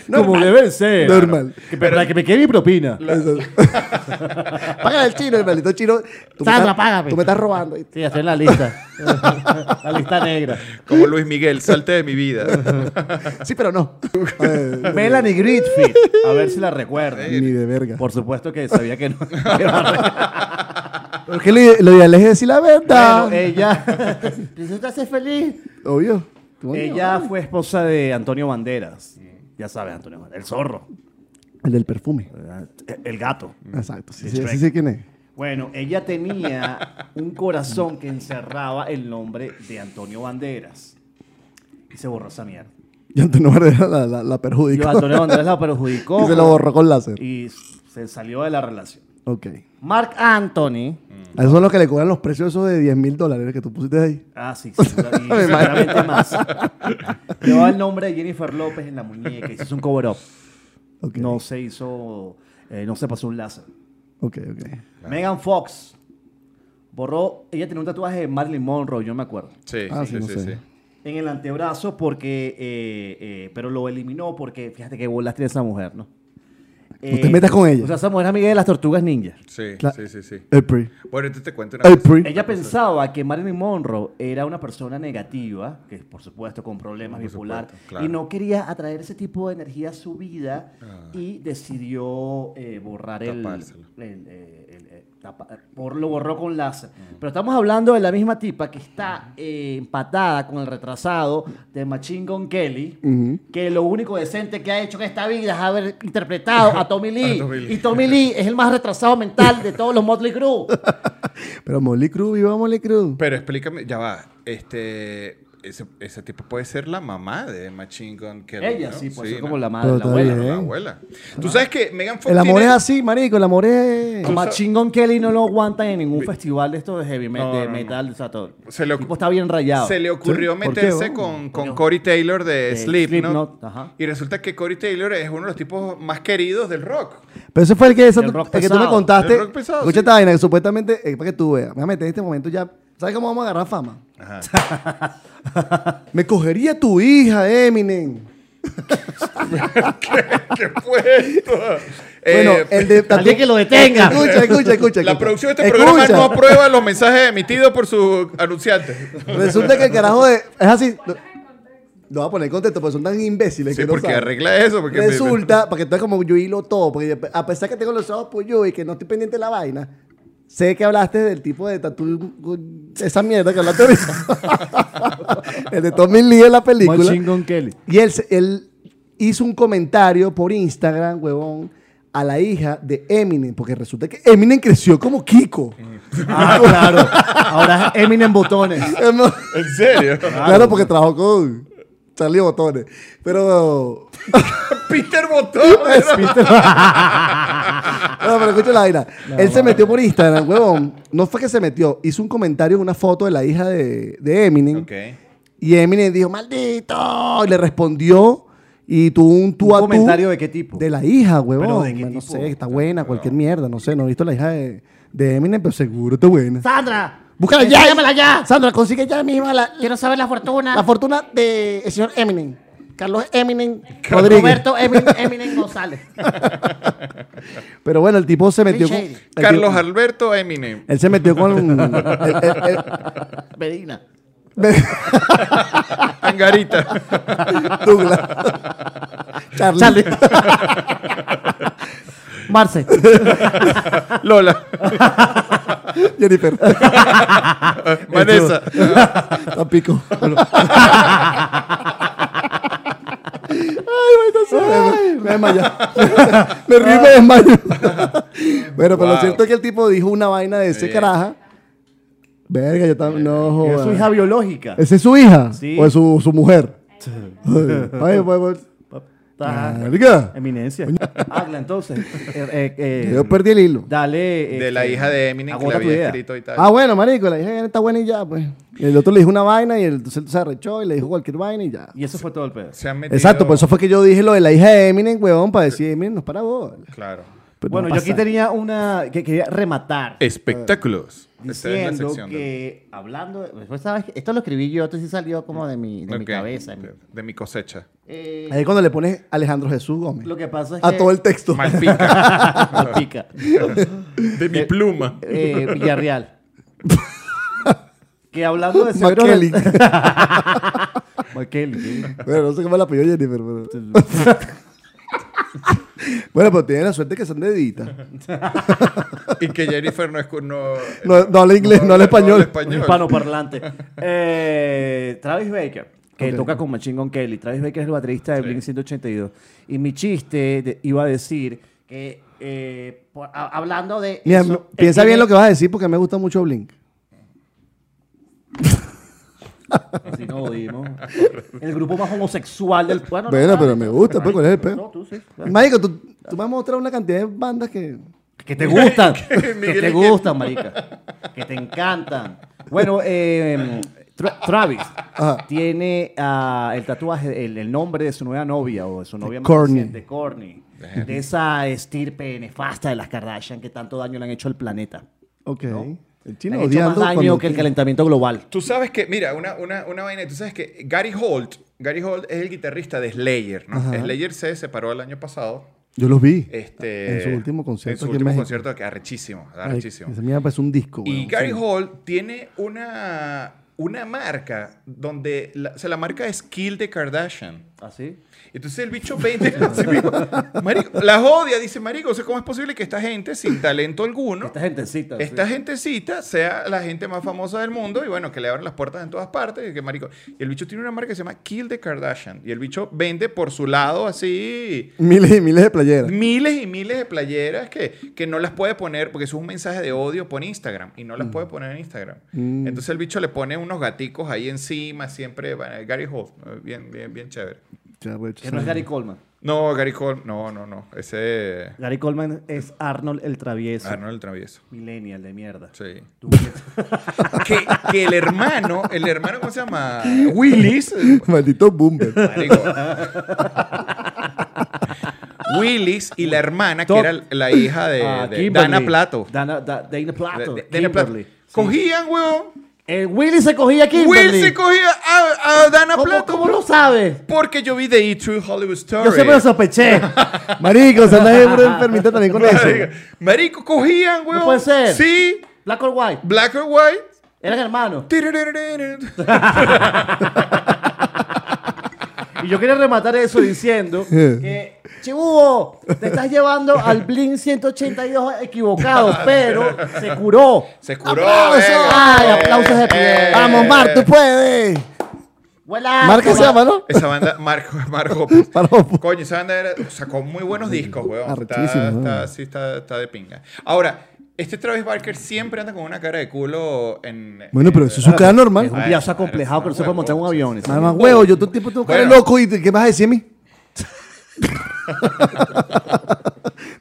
Como
Normal.
debe ser.
Normal.
Que- para que me quede mi propina.
Eso. Págale al chino, el maldito chino. Tú
Sandra,
me estás,
págame.
Tú me estás robando.
Sí, estoy en la lista. la lista negra.
Como Luis Miguel, salte de mi vida.
Sí, pero no. Eh,
Melanie Griffith. A ver si la recuerda.
Ni de verga.
Por supuesto que sabía que no. que no la
Porque lo, lo ideal es decir la verdad.
recuerda. Bueno, ella,
Resulta ser feliz.
Obvio. Coño,
ella
vale.
fue esposa de Antonio Banderas. Ya sabes, Antonio Banderas. El zorro.
El del perfume.
El gato.
Exacto. Sí,
De
sí,
Shrek.
sí, sí, quién es.
Bueno, ella tenía un corazón que encerraba el nombre de Antonio Banderas. Y se borró esa mierda.
Y Antonio Barrera la, la, la
Y
perjudicó.
Antonio Banderas la
Y
perjudicó.
se lo borró con láser.
Y se salió de la relación.
Ok.
Mark Anthony.
A Eso es lo que le cobran los precios esos de 10 mil dólares que tú pusiste ahí.
Ah, sí, sí. segura- Y
Me imagino.
seguramente más. Llevaba el nombre de Jennifer López en la muñeca. y se Hizo un cover-up.
Ok.
No se hizo... eh, no se pasó un láser.
Ok, ok.
Megan Fox. Borró... Ella tenía un tatuaje de Marilyn Monroe, yo me acuerdo.
Sí,
Ah, sí,
sí, sí,
no
sí,
sé.
sí.
En el antebrazo porque... eh, eh, pero lo eliminó porque... Fíjate qué bolas tiene esa mujer, ¿no?
No te metas con ella.
O sea, esa mujer es amiga de las tortugas ninja.
Sí,
Cla-
sí, sí, sí.
April.
Bueno, entonces te cuento una cosa.
April.
Ella pensaba que Marilyn Monroe era una persona negativa, que por supuesto con problemas
Por
bipolar,
supuesto, claro.
y no quería atraer ese tipo de energía a su vida y decidió eh, borrar el,
Ah. Tapárselo.
el- el- el- el- tapa- por- lo borró con láser.
Ah.
Pero estamos hablando de la misma tipa que está eh, empatada con el retrasado de Machine Gun Kelly, que lo único decente que ha hecho en esta vida es haber interpretado a Tommy Lee.
Tommy Lee.
Y Tommy Lee es el más retrasado mental de todos los Motley Crue.
Pero Molly Cruz, viva Molly Cruz.
Pero explícame, ya va. Este, ese, ese tipo puede ser la mamá de Machine Gun Kelly.
Ella
¿no?
sí, pues ser
¿no?
como la madre,
Pero
la
está
abuela.
bien.
La abuela. Tú sabes que Megan Fox
¿eh? El amor es
tiene-
así, marico. El amor es.
A Machine Gun Kelly no lo aguantan en ningún festival de estos de heavy metal,
No,
de
no,
metal, o sea, todo.
Se le
el
ocu-
tipo está bien rayado.
Se le ocurrió
¿Sí? ¿Por qué,
meterse
vos?
con, con Corey Taylor de,
De
Slipknot.
Slipknot, ajá.
Y resulta que Corey Taylor es uno de los tipos más queridos del rock.
Pero ese fue el que, esa-
El rock
el que tú me
pesado.
contaste.
El rock pesado,
Escucha
sí.
esta vaina que supuestamente. eh, para que tú veas. Me voy a meter en este momento ya. ¿Sabes cómo vamos a agarrar fama?
Ajá.
Me cogería tu hija, Eminem.
¡Qué puesto!
Bueno,
Eh,
el de.
Alguien que lo detenga.
Escucha, escucha, escucha.
La
escucha.
producción de este programa
Escucha.
no aprueba los mensajes emitidos por sus anunciantes.
Resulta que el carajo de. Es así. Lo, lo voy a poner en contexto porque son tan imbéciles
Sí,
que no
porque
saben.
arregla eso. Porque me-
Resulta, para que tú veas como yo hilo todo, porque a pesar que tengo los ojos por yo y que no estoy pendiente de la vaina, sé que hablaste del tipo de tatu. Esa mierda que hablaste ahorita. el de Tommy Lee en la película.
Machine Gun Kelly.
Y él, se- él hizo un comentario por Instagram, huevón, a la hija de Eminem, porque resulta que Eminem creció como Kiko.
Mm.
Ah, claro. Ahora es Eminem Botones.
¿En serio?
claro, porque trabajó con Charlie Botones. Pero
Peter Botón.
No, pero escucha la vaina. Él se metió por Instagram, huevón. No fue que se metió. Hizo un comentario en una foto de la hija de, de Eminem.
Ok.
Y Eminem dijo, maldito. Y le respondió. Y tuvo un tú
¿Un
a tú
comentario de qué tipo?
De la hija, huevón.
¿Pero de qué
no
tipo?
sé, está buena, cualquier mierda. No sé, no he visto la hija de, de Eminem, pero seguro está buena.
Sandra.
Búscala ya.
Llámala ya.
Sandra, consigue ya misma la,
Quiero saber la fortuna.
la fortuna del señor Eminem. Carlos Eminem Rodríguez.
Roberto Emin- Eminem González.
Pero bueno, el tipo se metió con...
Shady.
el tipo-
Carlos Alberto Eminem.
Él se metió con... el- el- el-
Medina.
Angarita.
Douglas. Charlie.
Charlie. Marce.
Lola.
Jennifer.
Vanessa.
Tampico. Ay, me desmayo. Me río y me desmayo. bueno, pero lo
Wow.
cierto es que el tipo dijo una vaina de ese
Sí.
caraja. Verga, yo también. No,
Es
joda.
su hija biológica.
¿Esa es su hija?
Sí.
¿O es su, su mujer? Ay, pues, pues, Ah,
Está-
marica,
Eminencia. Habla entonces. Eh, eh, eh,
Yo perdí el hilo.
eh,
Dale.
De la
este,
hija de Eminem que le
agota tu
había
idea.
escrito y tal.
Ah, bueno, marico, la hija está buena y ya, pues. Y el otro le dijo una vaina y el, entonces él se arrechó y le dijo cualquier vaina y ya.
Y eso fue todo el pedo.
Se han metido-
Exacto, por eso fue que yo dije lo de la hija de Eminem, huevón, para decir, Eminem, no es para vos.
Claro.
Pero
bueno,
no
yo aquí
pasa.
tenía una que quería rematar.
Espectáculos. Esta es la
diciendo
sección de-
que hablando de- pues, ¿sabes? esto lo escribí yo esto sí salió como de mi, de mi
Ok.
cabeza
De, de mi cosecha.
Eh,
Ahí cuando le pones Alejandro Jesús Gómez.
lo que pasa es
a
que
todo el texto.
Malpica.
Malpica.
De mi pluma.
Eh, Villarreal que hablando de seguro
Makeli.
Makeli, sí.
bueno, no sé cómo la pidió Jennifer, pero... bueno, pero tiene la suerte que son de Edita.
Y que Jennifer no es. No,
No, no habla inglés, no, habla español.
un hispanoparlante Eh, Travis Baker que
Ok.
toca con Machine Gun Kelly Travis Baker es el baterista de
Sí.
Blink 182 y mi chiste de- iba a decir que eh, por- a- hablando de
Mira,
eso, él
piensa bien
tiene-
lo que vas a decir porque me gusta mucho Blink.
Así nos jodimos. El grupo más homosexual del pueblo.
Bueno, pero me gusta, pues, ¿cuál es el pedo?
No, tú sí.
Marico, tú, tú me has mostrado una cantidad de bandas que...
Que te gustan. que
Miguel,
te
¿qué?
gustan, marica. Que te encantan. Bueno, eh, Tra- Travis
Ajá.
tiene ah, el tatuaje, el, el nombre de su nueva novia o de su novia
Kourtney.
reciente, de Courtney. De esa estirpe nefasta de las Kardashian que tanto daño le han hecho al planeta.
Ok. El
Le
chino
han hecho más
odiando
daño
cuando-
que el calentamiento global.
Tú sabes que, mira, una, una, una vaina, tú sabes que Gary Holt, Gary Holt es el guitarrista de Slayer, ¿no? Slayer se separó el año pasado
Yo los vi.
Este,
En su último concierto
En su
aquí en
último
México.
concierto, que arrechísimo,
Ay,
arrechísimo.
Esa mierda parece un disco,
Y
weón.
Gary
Sí.
Hall tiene una, una marca donde la- o sea, la marca es Kill the Kardashian.
¿Así?
Entonces el bicho 20 así mismo, marico, las odia, dice Marico. O sea, ¿cómo es posible que esta gente sin talento alguno,
Esta gentecita. sí.
esta gentecita, sea la gente más famosa del mundo y bueno, que le abran las puertas en todas partes? Y, que, marico, y el bicho tiene una marca que se llama Kill the Kardashian. Y el bicho vende por su lado así
Miles y miles de playeras.
miles y miles de playeras que, que no las puede poner, porque eso es un mensaje de odio por Instagram, y
Mm.
no las puede poner en Instagram. Entonces el bicho le pone unos gaticos ahí encima, siempre, bueno, Gary Holt, eh, bien, bien, bien chévere.
Ya, pues, güey,
Que no es Gary Coleman.
No, Gary Holt, no, no, no, ese eh,
Gary Coleman es Arnold el travieso.
Arnold el travieso.
Millennial de mierda.
Sí.
Tú, que-
Que, que el hermano, el hermano, ¿cómo se llama? Willis. eh,
Maldito boomer.
marico. Willis y la hermana, que
Top.
era la hija de,
Ah,
de
Kimberly.
Dana Plato.
Dana, Da- Dana
De-
Plato.
de- Dana Plato.
Ah, Kimberly.
Cogían, huevón.
Eh,
El Willy se cogía a Kimberly.
Will se cogía a, a Dana
¿Cómo-
Plato.
¿Cómo lo sabes?
Porque yo vi The True Hollywood Story.
Yo siempre lo sospeché.
Marico, se anda de enfermita también con eso.
Marico, Marico, cogían, weón.
puede ser.
Sí.
Black or White.
Black or white.
Eran hermanos.
Tiririririririr.
Y yo quería rematar eso diciendo que, Chibubo, te estás llevando al Blink 182 equivocado, pero se curó.
Se curó.
¡Aplausos!
venga.
¡Ay, aplausos de pie!
Eh,
Vamos, Mar, tú puedes.
Huela
Mar, ¿qué
alto,
se llama, no?
Esa banda, Marco, Marco.
Marco.
Coño, esa banda era- sacó muy buenos discos, weón. Está,
Arrechísimo,
está-
weón.
sí, está, está de pinga. Ahora, este Travis Barker siempre anda con una cara de culo en.
Bueno, pero eso es su cara normal.
Es un
Ay,
viazo
madre,
acomplejado que no se puede montar en un avión.
Nada más huevo, yo todo el tiempo tengo cara de
Bueno.
loco y te- ¿qué vas a decir a mí?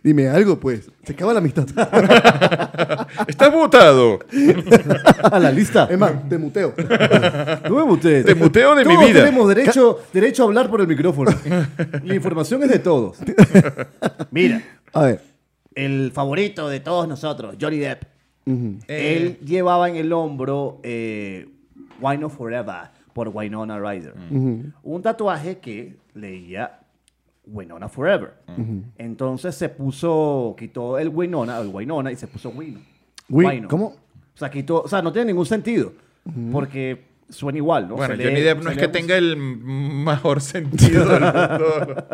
Dime algo, pues. Se acaba la amistad.
Está votado.
A la lista.
Es más, te muteo.
No me ustedes.
Te muteo de mi
Todos
vida.
tenemos derecho, derecho a hablar por el micrófono. La información es de todos.
Mira,
A ver.
el favorito de todos nosotros, Johnny Depp.
Eh,
Él llevaba en el hombro eh, Wine of Forever por Winona Ryder.
Mm.
Un tatuaje que leía Winona Forever.
Mm.
Entonces se puso, quitó el Winona, el Winona y se puso Wino.
Win-
Wino.
¿cómo?
O sea, quitó, o sea, no tiene ningún sentido. Porque suena igual, ¿no?
Bueno,
Se
Johnny
lee-
Depp
se
no es
lee
que
un-
tenga el mejor sentido del mundo.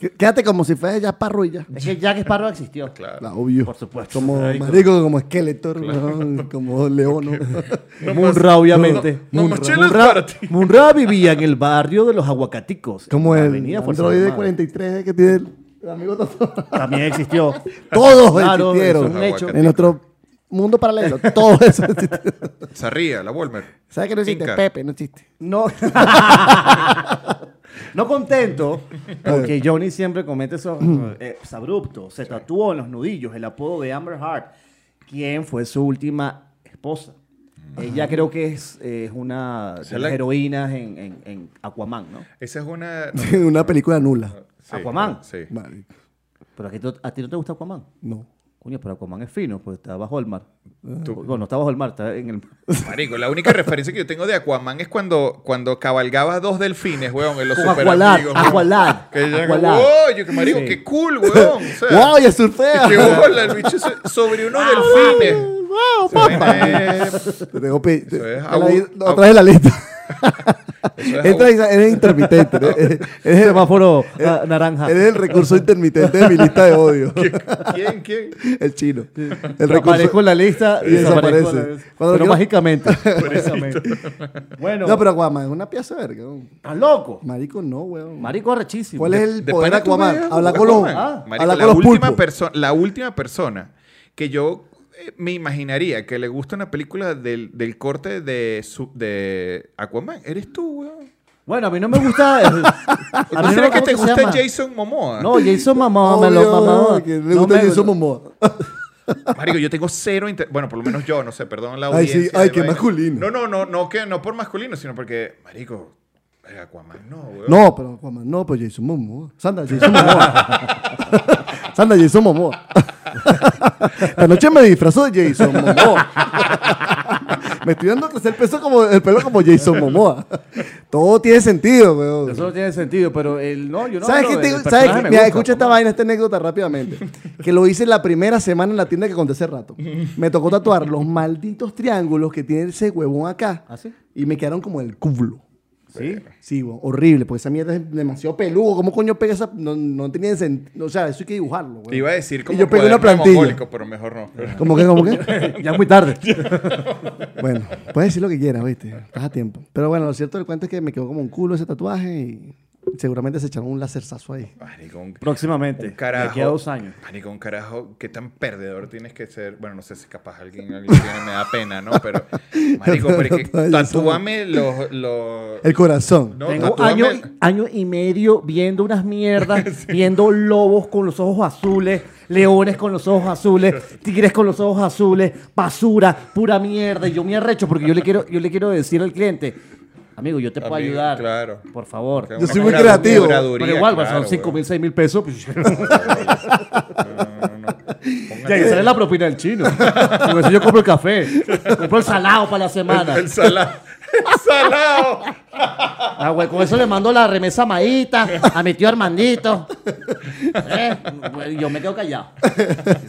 Qu- Quédate como si fuera ya parrulla.
Es que Jack Sparrow existió.
Claro.
La obvio.
Por supuesto.
Como marico, como esqueleto, weón, como león.
Munra, obviamente.
No,
Munra.
Mochila
Munra-
para ti.
Munra vivía en el barrio de los aguacaticos.
Como
en la
el
avenida Fuerza
androide
Armada.
43 que tiene el, el amigo Totoro.
También existió.
Todos
Claro, eso
existieron.
es un hecho.
En nuestro mundo paralelo, todo eso existe.
Sarría, la Wolmer.
¿Sabes que no existe?
Inca.
Pepe, no existe.
No. no contento, porque Johnny siempre comete esos
Mm.
eh, es abrupto. Se tatuó en los nudillos el apodo de Amber Heard, quien fue su última esposa. Ella creo que es, eh, es una de
sea,
las
la-
heroínas en, en- en Aquaman, ¿no?
Esa es una. no,
Una película nula.
sí,
Aquaman.
Sí.
Vale.
Pero a ti, no- a ti no te gusta Aquaman.
No.
Coño, pero Aquaman es fino, pues está bajo el mar.
Tú-
Bueno, no está bajo el mar, está en el mar.
Marico, la única referencia que yo tengo de Aquaman es cuando, cuando cabalgaba dos delfines, weón, en los
Con
super
Aqualad,
amigos.
Aqualad,
Que yo,
Aqualad.
wow, yo que marico,
Sí.
qué cool, weón. O sea,
¡Wow! ¡Ya
Qué
surfea!
bola, el bicho so- sobre unos delfines.
¡Wow,
Esa vaina es-
Te tengo pe- te-
Eso es
te
abu-
la-
abu-
otra vez la lista.
eso es
Entra y sa- eres intermitente. ¿no? Eres, eres el,
Semáforo ah, naranja.
eres el recurso intermitente de mi lista de odio.
abu- ¿Quién, quién?
El chino. El
Aparezco en la lista y
y desaparece.
desaparece. pero
Cuando quiero-
mágicamente. Mágicamente. bueno,
No, pero Aquaman es una pieza de verga. ¿no?
¿estás loco?
Marico, no, weón.
Marico arrechísimo.
¿Cuál es el
De
poder de
pana tú
Aquaman?
veas,
Habla con los,
Aquaman.
ah,
Marico,
habla
la,
con los
última
pulpos.
perso- la última persona que yo eh, me imaginaría que le gusta una película del, del corte de, su- de Aquaman, eres tú, weón.
Bueno, a mí no me gusta. a
¿Tú crees que te gusta
Jason?
Jason Momoa?
No, Jason mamá, me lo
Obvio,
mamá.
que le gusta
me-
Jason Momoa.
Marico, yo tengo cero inter- Bueno, por lo menos yo, no sé, perdón la
Ay, sí,
audiencia.
ay,
de
qué
vaina.
masculino.
No, no, no, no, que no por masculino, sino porque, marico, eh, Aquaman no, weón.
No, pero Aquaman, no, pero Jason Momoa. Sandra, Jason Momoa. Sandra, Jason Momoa. Esta noche me disfrazó de Jason Momoa. Me estoy dando a crecer el, peso como, el pelo como Jason Momoa. Todo tiene sentido, weón.
Eso no tiene sentido, pero el no, yo no.
¿Sabes
hablo
qué?
del
tengo-
personaje,
¿sabes qué?
me
Mira,
gusta.
escucha esta vaina, esta anécdota rápidamente. Que lo hice la primera semana en la tienda que conté hace rato. Me tocó tatuar los malditos triángulos que tiene ese huevón acá.
¿Ah, sí?
Y me quedaron como el culo.
Sí.
Sí, weón, horrible, porque esa mierda es demasiado peludo. ¿Cómo coño pega esa? No, no tenía sentido. O sea, eso hay que dibujarlo, weón.
Iba a decir como
Y yo pegué una
cuaderno
plantilla.
mongólico, pero mejor no.
¿Cómo que, cómo que?
ya es muy tarde.
Bueno, puedes decir lo que quieras, ¿viste? Estás a tiempo. Pero bueno, lo cierto del cuento es que me quedó como un culo ese tatuaje y seguramente se echaron un lacerzazo ahí.
Marico, un-
Próximamente.
un carajo.
De aquí a dos años.
Marico, un carajo, qué tan perdedor tienes que ser. Bueno, no sé si capaz alguien, alguien tiene- me da pena, ¿no? Pero, marico, pero es que tatúame los... los-
El corazón.
no,
Eh, Tengo
tatúame-
año, año y medio viendo unas mierdas, viendo lobos con los ojos azules, leones con los ojos azules, tigres con los ojos azules, basura, pura mierda. Y yo me arrecho porque yo le quiero, yo le quiero decir al cliente, amigo, yo te puedo
Amigo,
ayudar.
claro.
Por favor.
Tengo
Yo
una
soy muy
cura-
creativo.
curaduría,
Pero igual,
claro,
son 5 mil,
weón.
6 mil pesos. Pues,
No, no, no.
ya
Póngate
que sale la propina del chino. Con eso yo compro el café. Compro el salado para la semana.
El salado. El salado.
Ah, güey, con eso le mando la remesa a Maíta, a mi tío Armandito. Eh, güey, yo me quedo callado.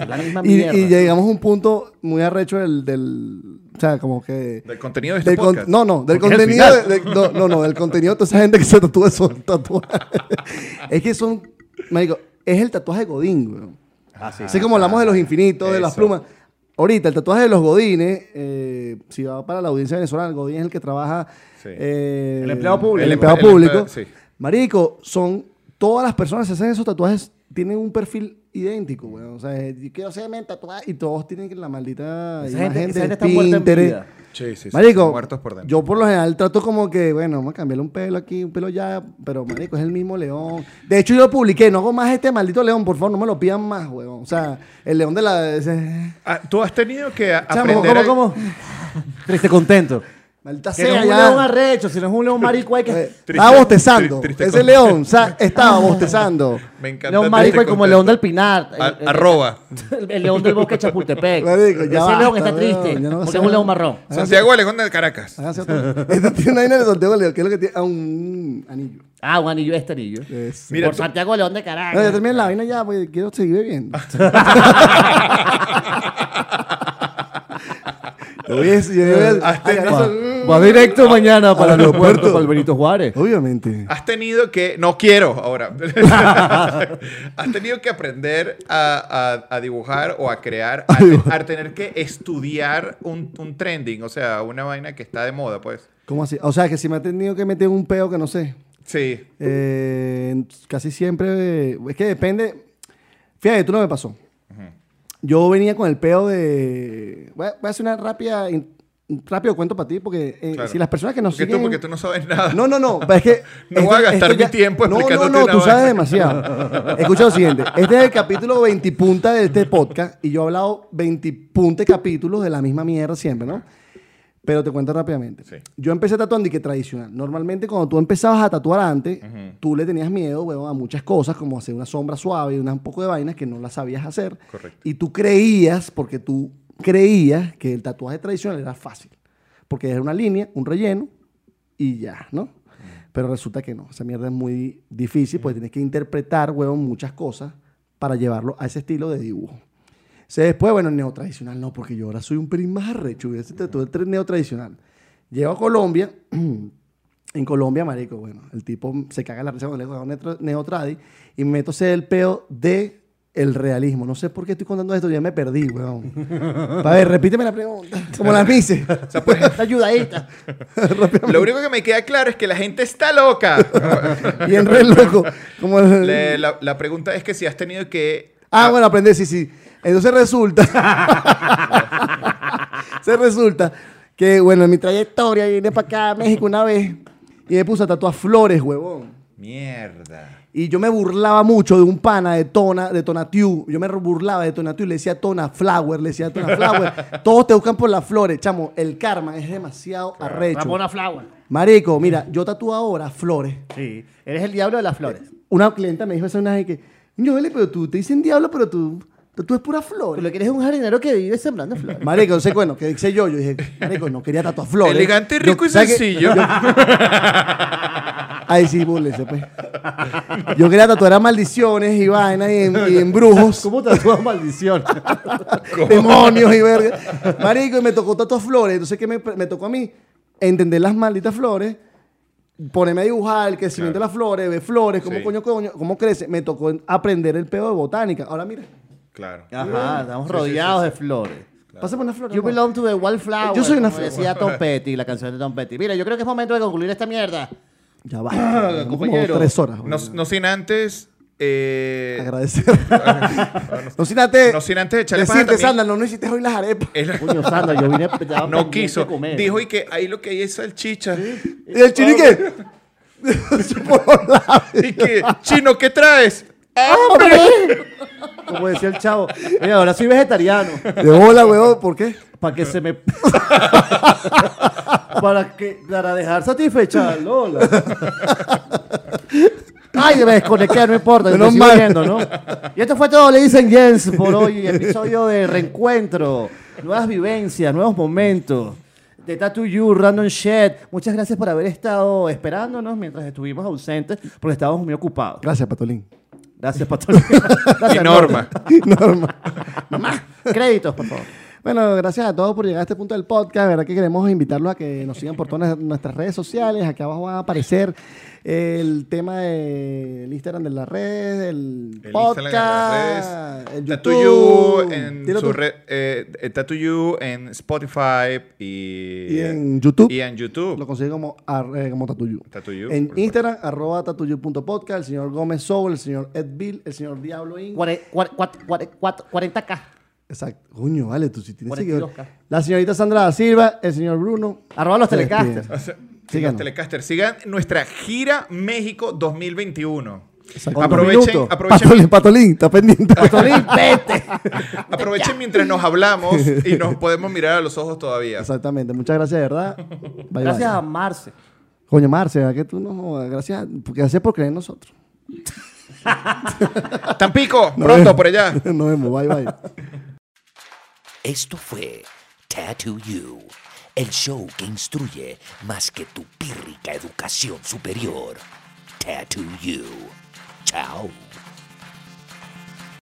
La misma
Y,
mierda.
y llegamos a un punto muy arrecho del, del o sea, como que...
Del contenido de este
del con-
podcast.
no, no, del
Porque es el
contenido... de- de- no, no, no, del contenido de toda esa gente que se tatúa esos tatuajes. es que son... Marico, es el tatuaje de Godín, güey. Así como hablamos de los infinitos, de las
Eso.
plumas. Ahorita, el tatuaje de los Godines, eh, si va para la audiencia venezolana, el Godín es el que trabaja.
Sí.
eh,
El empleado público.
El empleado
El emple-
público.
sí.
Marico, son. Todas las personas que hacen esos tatuajes tienen un perfil idéntico, güey. O sea, yo quiero hacerme el tatuaje y todos tienen la maldita
Esa
imagen
gente- esa
del
gente está muerta en
Pinterest.
vida.
Sí, sí, sí,
Marico,
muertos por dentro.
yo por lo general trato como que, bueno, vamos a cambiarle un pelo aquí, un pelo ya, pero marico, es el mismo león. De hecho, yo lo publiqué, no hago más este maldito león, por favor, no me lo pidan más, weón. O sea, el león de la... ese-
Ah, Tú has tenido que a-
Chamo,
aprender. a-
¿Cómo, cómo? Triste contento.
Maldita
Que no
sea,
es un león
ya.
arrecho, sino es un león marico hay que...
Eh, Estaba bostezando.
tri- triste
ese
con-
león o sea, estaba bostezando.
Me encanta.
León
este
marico y como
contexto.
el león del Pinar. El-
A-
eh,
el-
arroba.
El, el león del bosque de Chapultepec.
Marico, ya
Ese
basta,
león está
weón,
triste
ya no
porque
sé.
es un león marrón.
ah,
Santiago Alegón de Caracas.
Hágase otro. Este tiene una vaina de Santiago León, que es lo que tiene... A un anillo.
Ah, un anillo, este anillo.
Es-
Mira,
Por
tú-
Santiago León de
Ah,
No, ya
Caracas.
terminé la vaina ya, pues, porque quiero seguir bebiendo. Yo voy a- yo voy a-
Has tenido-
Ay,
Va directo mañana para
Al
el
aeropuerto.
aeropuerto, para el Benito
uh.
Juárez.
Obviamente.
Has tenido que. No quiero ahora. Has tenido que aprender a, a- a dibujar o a crear, a, te- a tener que estudiar un, un trending, o sea, una vaina que está de moda, pues.
¿Cómo así? O sea, que si me ha tenido que meter un peo que no sé.
Sí.
Eh, casi siempre. eh, Es que depende. Fíjate, tú no me pasó. Yo venía con el peo de. Voy a, voy a hacer una rápida. in- Un rápido cuento para ti, porque eh,
claro.
si las personas que nos
porque
siguen.
tú, porque tú no sabes nada.
No, no, no. pero Es que
No voy a gastar mi tiempo
No, no,
explicándote
no.
una
Tú sabes
vaina.
demasiado. Escucha lo siguiente. Este es el capítulo 20 punta de este podcast y yo he hablado 20 punte capítulos de la misma mierda siempre, ¿no? Pero te cuento rápidamente.
Sí.
Yo empecé tatuando y que tradicional. Normalmente cuando tú empezabas a tatuar antes, tú le tenías miedo, weón, a muchas cosas, como hacer una sombra suave y unas- un poco de vainas que no las sabías hacer.
Correcto.
Y tú creías, porque tú creías que el tatuaje tradicional era fácil. Porque era una línea, un relleno y ya, ¿no? Pero resulta que no. Esa mierda es muy difícil porque tienes que interpretar, weón, muchas cosas para llevarlo a ese estilo de dibujo. Se después, bueno, el neotradicional no, porque yo ahora soy un pelín más arrecho. Yo ese tatué el neotradicional. Llego a Colombia. En Colombia, marico, bueno, el tipo se caga la risa cuando le digo "Neo- neotradi y me meto a hacer el peo de el realismo. No sé por qué estoy contando esto, ya me perdí, weón. A ver, repíteme la pregunta, como las mises.
O sea, pues,
Ayudadita.
lo único que me queda claro es que la gente está loca.
Bien re loco. Como el-
Le- la, la pregunta es que si has tenido que.
Ah, bueno, aprendí, sí, sí. Entonces resulta. se resulta que, bueno, en mi trayectoria vine para acá a México una vez y me puse a tatuar flores, huevón.
Mierda.
Y yo me burlaba mucho de un pana de Tona, de Tonatiu. Yo me burlaba de Tonatiu, le decía Tona Flower, le decía Tona Flower. Todos te buscan por las flores, chamo. El karma es demasiado arrecho.
Ramona Flower.
Marico, mira, yo tatúo ahora flores.
Sí. Eres el diablo de las flores.
Una clienta me dijo esa una vez que, yo, vale, pero tú te dicen diablo, pero tú Tú es pura flor.
Tú lo que eres es un jardinero que vive sembrando flores.
Marico, entonces, bueno, que hice yo? Yo dije, marico, no quería tatuar flores.
Elegante,
Yo-
rico y
¿sabes qué?
sencillo.
Ay, sí, búrlense, pues. Yo quería tatuar a maldiciones y vainas y, en- y embrujos,
¿Cómo tatúas maldición?
demonios y verga. Marico, y me tocó tatuar flores. Entonces, ¿qué me, me tocó a mí? Entender las malditas flores, ponerme a dibujar el crecimiento de las flores, ver flores, cómo
Sí.
coño, coño, cómo crece. Me tocó aprender el pedo de botánica. Ahora mira,
Claro.
Ajá, estamos rodeados de flores.
pásame una flor.
You
amor.
belong to the wallflower.
Yo soy una
como
flor.
decía Tom Petty, la canción de Tom Petty. Mira, yo creo que es momento de concluir esta mierda.
Ya va. Tenemos como tres horas.
No, no sin antes. eh,
Agradecer. no sin antes.
no sin antes echarle paja
Decirte,
también.
Sandra, no hiciste hoy las arepas.
él-
Coño, Sandra, yo vine.
no quiso. Dijo y que ahí lo que hay es salchicha.
Y el chirique.
Y que, chino, ¿qué traes?
Como decía el chavo. Mira, ahora soy vegetariano.
De hola, weón, ¿por qué?
Para que se me. para, que, para dejar satisfecha a Lola.
Ay, me desconecté, no importa. yo
Menos
te sigo
mal.
viendo, ¿no? Y esto fue todo, le dicen Jens por hoy. Episodio de reencuentro, nuevas vivencias, nuevos momentos. De Tattoo You, Random Shed. Muchas gracias por haber estado esperándonos mientras estuvimos ausentes porque estábamos muy ocupados.
Gracias, Patolín.
Gracias, Pastor.
Y Norma.
Norma.
Mamá, créditos, por favor.
Bueno, gracias a todos por llegar a este punto del podcast. La verdad que queremos invitarlos a que nos sigan por todas nuestras redes sociales. Aquí abajo va a aparecer el tema del Instagram de la red, el,
El Instagram en las
podcast,
redes,
el
Tatuyu
YouTube.
en
Dilo
su
tú.
red, eh, eh, Tatuyu en Spotify y,
Y en YouTube.
Y en YouTube.
Lo consigue como, ar- eh, como Tatuyu.
Tatuyu, por
En
supuesto.
Instagram, arroba tatuyu.podcast, el señor Gómez Soul, el señor Ed Bill, el señor Diablo Inc.
Cuare- cuare- cuat- cuare- cuat- 40K.
Exacto. Coño, vale, tú si tienes
42K.
seguidores. La señorita Sandra da Silva, el señor Bruno. Ah,
Arroba los
Se despide.
telecasters.
O sea,
Síganos.
los Telecaster, sigan nuestra gira México 2021.
Exacto. Patolín,
Aprovechen, aprovechen,
Patolín, está pendiente.
Solín, vete.
aprovechen mientras nos hablamos y nos podemos mirar a los ojos todavía.
Exactamente. Muchas gracias, de verdad. Bye, bye.
Gracias a Marce.
Coño, Marce, ¿verdad que tú no jodas? Gracias, gracias por creer en nosotros.
Tampico, pronto por allá.
Nos vemos, bye, bye.
Esto fue Tattoo You, el show que instruye más que tu pírrica educación superior. Tattoo You. Chao.